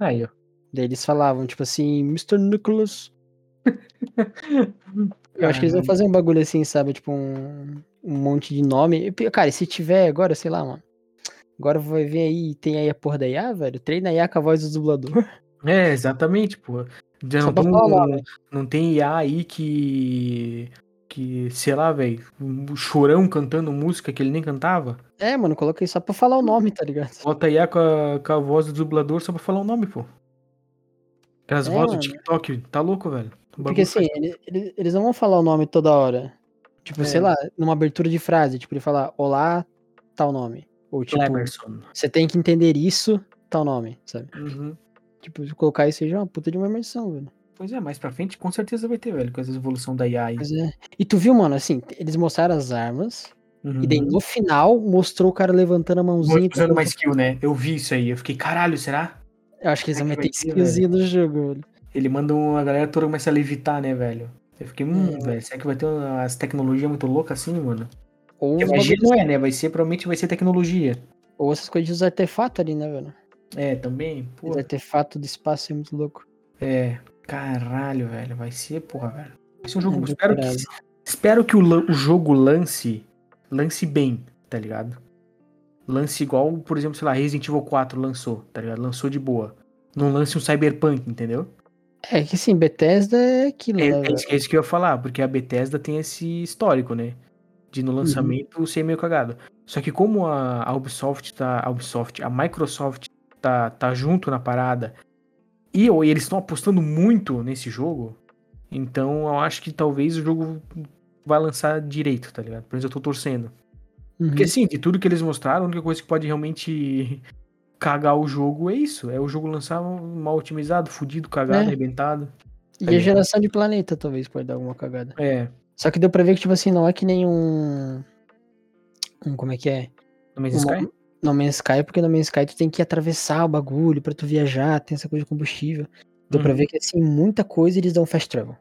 Aí, ó.
Daí eles falavam, tipo assim, Mr. Nicholas. Eu acho que eles vão fazer um bagulho assim, sabe? Tipo um, um monte de nome. E, pi- Cara, e se tiver agora, sei lá, mano. Agora vai vir aí, tem aí a porra da IA, velho. Treina a IA com a voz do dublador.
É, exatamente, pô. Já
Só
não,
pra
tem,
falar, né?
um- não tem IA aí que. que, sei lá, velho, um chorão cantando música que ele nem cantava.
É, mano, coloquei só pra falar o nome, tá ligado?
Bota IA com a, com a voz do dublador só pra falar o nome, pô. Aquelas
É,
vozes do
mano.
TikTok, tá louco, velho. O bagulho
Porque assim, ele- ele- eles não vão falar o nome toda hora. Tipo,
É.
sei lá, numa abertura de frase, tipo, ele falar, olá, tal nome. Ou tipo,
Cleberson.
você tem que entender isso, tal nome, sabe?
Uhum.
Tipo, se colocar isso aí já é uma puta de uma imersão, velho.
Pois é, mais pra frente com certeza vai ter, velho, com essa evolução da IA aí.
Mas é. E tu viu, mano, assim, t- eles mostraram as armas, e daí
Uhum.
no final mostrou o cara levantando a mãozinha. e
Usando
tocando-
uma skill, né? Eu vi isso aí, eu fiquei, caralho, será?
Eu acho que eles vão
Será que
meter
vai ter, velho?
skillzinho no jogo, velho.
Ele manda um, a galera toda começa a levitar, né, velho? Eu fiquei, hum,
Hum.
velho, será que vai ter umas tecnologias muito loucas assim, mano?
Uhum. Ou, os
Porque magia
bagulhos-
não é, né? Vai ser, provavelmente vai ser tecnologia.
ou essas coisas de usar artefato ali, né, velho?
É, também, pô.
Os artefato do espaço é muito louco.
É, caralho, velho, vai ser, porra, velho. Vai ser um jogo,
É,
espero que,
caralho.
espero que o, lan- o jogo lance, lance bem, tá ligado? Lance igual, por exemplo, sei lá, Resident Evil 4 lançou, tá ligado? Lançou de boa. Não lance um Cyberpunk, entendeu?
É que sim, Bethesda é aquilo, né,
É, é
velho?
isso, que- é isso que eu ia falar, porque a Bethesda tem esse histórico, né? De
Uhum.
no lançamento ser meio cagado. Só que como a, a Ubisoft tá. A Ubisoft, a Microsoft tá, tá junto na parada e, ou- e eles estão apostando muito nesse jogo, então eu acho que talvez o jogo vai lançar direito, tá ligado? Por isso eu tô torcendo.
Uhum.
Porque assim, de tudo que eles mostraram, a única coisa que pode realmente cagar o jogo é isso. É o jogo lançar mal otimizado, fudido, cagado,
É.
arrebentado.
E a
Tá ligado?
geração de planeta talvez pode dar alguma cagada.
É.
Só que deu pra ver que, tipo assim, não é que nem um. um como é que é?
Mas
Um
Sky?
No- No Man's Sky, porque no Man's Sky tu tem que atravessar o bagulho pra tu viajar, tem essa coisa de combustível. Deu pra
Uhum.
ver que, assim, muita coisa eles dão fast travel.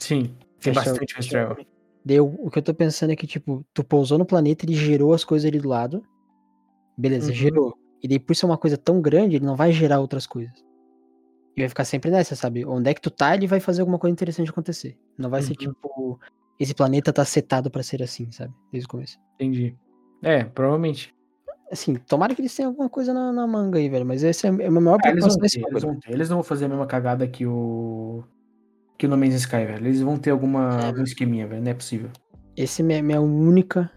Sim, tem
Fast
bastante fast travel.
Deu, o que eu tô pensando é que, tipo, tu pousou no planeta, ele gerou as coisas ali do lado. Beleza,
Uhum.
gerou. E daí, por ser uma coisa tão grande, ele não vai gerar outras coisas. E vai ficar sempre nessa, sabe? Onde é que tu tá, ele vai fazer alguma coisa interessante acontecer. Não vai ser
Uhum.
tipo, esse planeta tá setado pra ser assim, sabe? Desde o começo.
Entendi. É, provavelmente.
Assim, tomara que eles tenham alguma coisa na, na manga aí, velho. Mas esse é, é a minha maior
Ah, eles, vão
preocupação nesse
ter, eles,
bagulho.
vão ter. Eles não vão fazer a mesma cagada que o. Que o No Man's Sky, velho. Eles vão ter alguma, algum esqueminha, velho. Não é possível.
Esse é minha, minha única.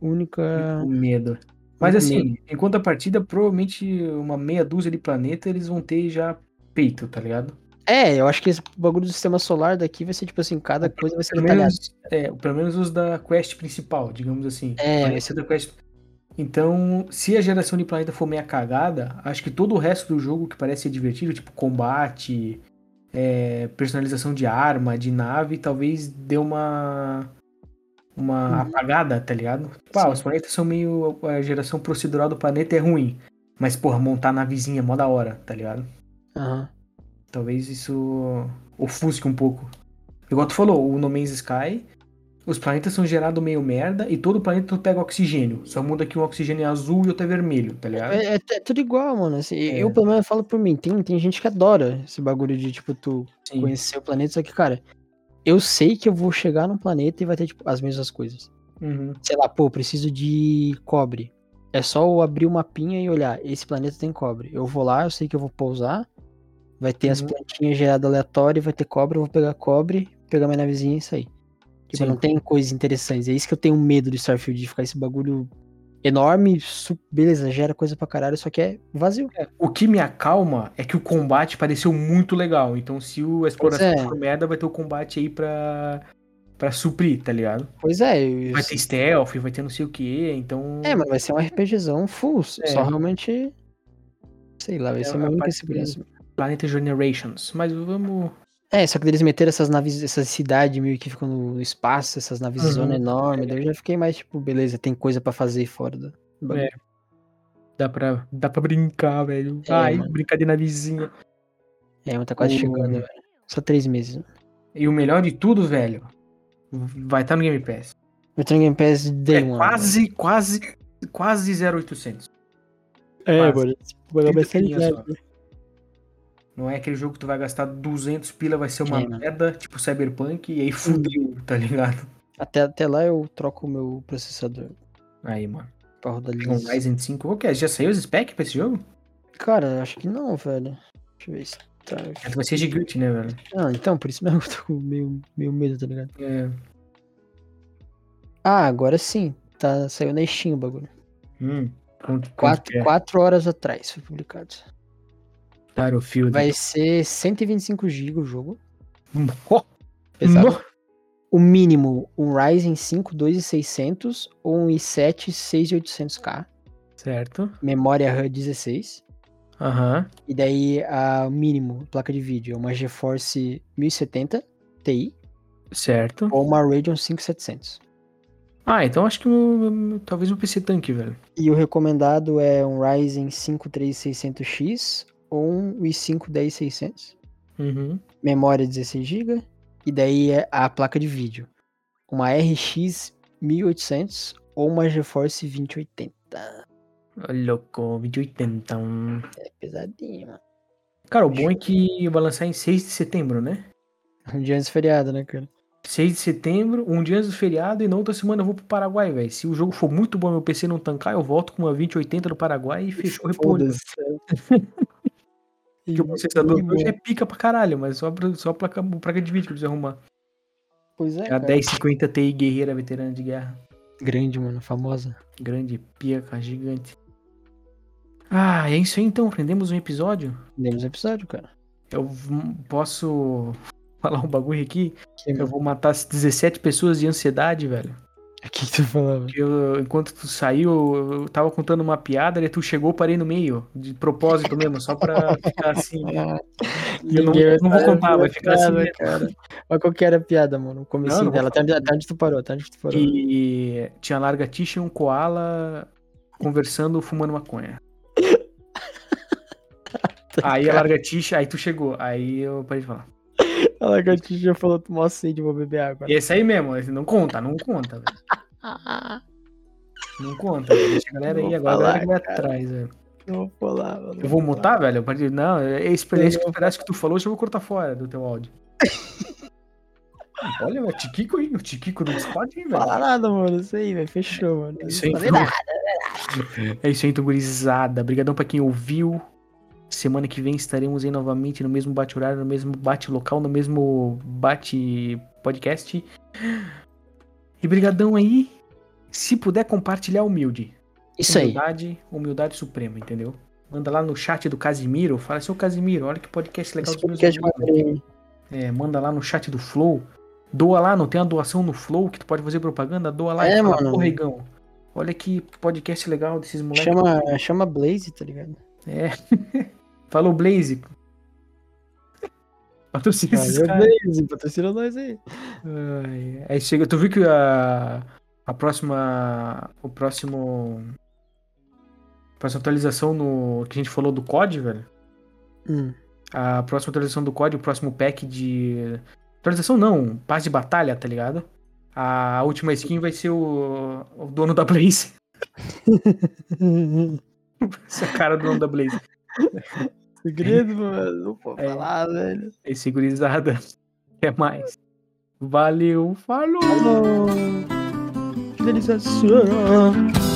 Única.
Com medo. É. Mas
com
assim, enquanto a partida, provavelmente uma meia dúzia de planeta eles vão ter já peito, tá ligado?
É, eu acho que esse bagulho do sistema solar daqui vai ser tipo assim, cada coisa vai ser
Pelo
detalhada.
menos, é, pelo menos os da quest principal, digamos assim.
É,
Planeta da quest. Então, se a geração de planeta for meia cagada, acho que todo o resto do jogo que parece ser divertido, tipo combate, é, personalização de arma, de nave, talvez dê uma uma
Uhum.
apagada, tá ligado? Tipo, ah,
Sim.
os planetas são meio a geração procedural do planeta é ruim, mas porra, montar navezinha é mó da hora, tá ligado?
Aham.
Talvez isso ofusque um pouco. Igual tu falou, o No Man's Sky, os planetas são gerados meio merda e todo planeta tu pega oxigênio. Só muda que um oxigênio é azul e outro é vermelho, tá ligado?
É, é- é tudo igual, mano. assim,
É.
Eu, pelo menos, falo por mim. Tem, tem gente que adora esse bagulho de, tipo, tu
Sim.
conhecer o planeta. Só que, cara, eu sei que eu vou chegar num planeta e vai ter, tipo, as mesmas coisas.
Uhum.
Sei lá, pô, eu preciso de cobre. É só eu abrir o mapinha e olhar. Esse planeta tem cobre. Eu vou lá, eu sei que eu vou pousar. Vai ter as
Uhum.
plantinhas geradas aleatórias, vai ter cobre, eu vou pegar cobre, pegar minha navezinha e sair. Tipo,
Sim.
não tem coisas interessantes. É isso que eu tenho medo do Starfield, de ficar esse bagulho enorme, su- beleza, gera coisa pra caralho, só que é vazio.
O que me acalma é que o combate pareceu muito legal. Então, se o- a exploração
é.
for merda, vai ter o combate aí pra, pra suprir, tá ligado?
Pois é, eu-
Vai ter stealth, vai ter não sei o que, então.
é, mas vai ser um RPGzão full,
É.
só realmente, sei lá, vai
É,
ser uma
a
única
parte
segurança.
Planeta Generations. Mas vamos.
É, só que eles meteram essas naves, essas cidades meio que ficam no espaço, essas naves
Uhum.
zona enorme, daí eu já fiquei mais tipo, beleza, tem coisa pra fazer fora do do bagulho.
Dá pra, dá pra brincar, velho.
É,
Ai,
mano.
brincadeira na vizinha.
É, mas tá quase
O-
chegando, velho. Só três meses.
E o melhor de tudo, velho, vai estar no Game Pass.
Vai ter um Game Pass Day
É
One.
quase,
né?
quase, quase 0800.
É,
quase.
mano. O bagulho vai
30
ser
pilinhas
ligado.
assim, Não é aquele jogo que tu vai gastar 200 pila, vai ser uma
É, mano.
merda, tipo Cyberpunk, e aí fudeu,
Hum.
tá ligado?
Até, até lá eu troco o meu processador
Aí, mano.
pra rodar
Tem um
Linux.
Ryzen 5. Qual que é? Já saiu os specs pra esse jogo?
Cara, acho que não, velho. Deixa eu ver se tá.
É que vai ser gigante, né, velho?
Ah, então, por isso mesmo que eu tô com meio, meio medo, tá ligado?
É.
Ah, agora sim. Tá, saiu na Steam o bagulho.
Hum. Quanto, quanto que
Quatro,
é?
quatro horas atrás foi publicado.
Battlefield.
Vai ser 125 GB o jogo.
Oh,
Pesado.
no-
O mínimo, um Ryzen 5 2600 ou um i7 6800K.
Certo.
Memória RAM 16.
Aham.
E daí, a mínimo, placa de vídeo, é uma GeForce 1070 Ti
Certo.
ou uma Radeon 5700.
Ah, então acho que um- um- talvez um PC tanque, velho.
E o recomendado é um Ryzen 5 3600X ou um i5 10600.
Uhum.
Memória 16 GB. E daí, é a placa de vídeo, uma RX 1800 ou uma GeForce 2080.
Olha, Louco, vídeo 80. hum.
É pesadinho, mano.
Cara, o bom é que vai lançar em 6 de setembro, né?
Um dia antes do feriado, né, cara?
6 de setembro, um dia antes do feriado e na outra semana eu vou pro Paraguai, velho. Se o jogo for muito bom e meu PC não tancar, eu volto com uma 2080 do Paraguai e fechou o repolho.
Foda-se.
Porque o processador
Muito
hoje
bom.
é pica pra caralho, mas só, pra- só placa, placa de vídeo que eu preciso arrumar.
Pois é,
É a
cara.
1050 Ti guerreira veterana de guerra.
Grande, mano, famosa.
Grande, pica, gigante. Ah, é isso aí então. Prendemos um episódio.
Demos episódio, cara.
Eu v- posso falar um bagulho aqui.
Que,
Eu vou matar as 17 pessoas de ansiedade, velho.
que, que tu falava?
Porque eu- enquanto tu saiu, eu- eu tava contando uma piada, e tu chegou, eu parei no meio. De propósito mesmo, só pra ficar assim. E eu não,
Ninguém vai
não vou
saber a
contar, vai ficar assim.
piada,
mesmo.
cara. Mas qual que era a piada, mano? O
Não,
comecinho
não vou
dela. Até onde, até onde tu parou, até onde tu parou.
que tinha lagartixa e um koala conversando, fumando maconha. Aí a lagartixa, aí tu chegou, aí eu parei de falar.
A lagartixa já falou, tu mó sede, vou beber água.
E é isso aí mesmo, esse não conta, não conta, velho.
Ah,
Não conta, velho. Deixa a galera
Não
aí,
vou
agora a galera
falar,
vai atrás, velho.
não vou falar, mano.
Eu vou mutar, velho? Eu parei- Não, é esse pedaço
Eu
que, pedaço que tu falou, já vou cortar fora do teu áudio. Olha, o Tiquico aí, o Tiquico do Discord, hein,
Não vou falar
velho.
nada, mano. Isso aí, velho. Fechou, mano.
É isso aí,
Não falei
então.
nada.
É isso aí, então, gurizada. Obrigadão pra quem ouviu. Semana que vem estaremos aí novamente no mesmo bate-horário, no mesmo bate-local, no mesmo bate-podcast. E brigadão aí. Se puder compartilhar, humilde.
Isso aí.
Humildade, humildade suprema, entendeu? Manda lá no chat do Casimiro. Fala, seu Casimiro, olha que podcast legal
Esse
dos meus
podcast
amigos."
maneiro, hein?
É, manda lá no chat do Flow. Doa lá, não tem uma doação no Flow que tu pode fazer propaganda? Doa lá
É,
e fala,
mano.
"Porregão, Olha que podcast legal desses moleques.
Chama, chama Blaze, tá ligado?
É. Falou, Blaze. Patrocina esses
Valeu,
caras.
Blaze. Patrocina nós aí.
Ai, Aí chega, tu viu que a, a próxima. O próximo. A próxima atualização no, que a gente falou do COD, velho?
Hum.
A próxima atualização do código, o próximo pack de. Atualização não, paz de batalha, tá ligado? A última skin vai ser o, o dono da Blaze.
Hum.
Essa cara do dono da Blaze.
Segredo, mano. Não vou
É.
falar, velho.
É segurizada. Até é mais. Valeu, falou!
Finalização.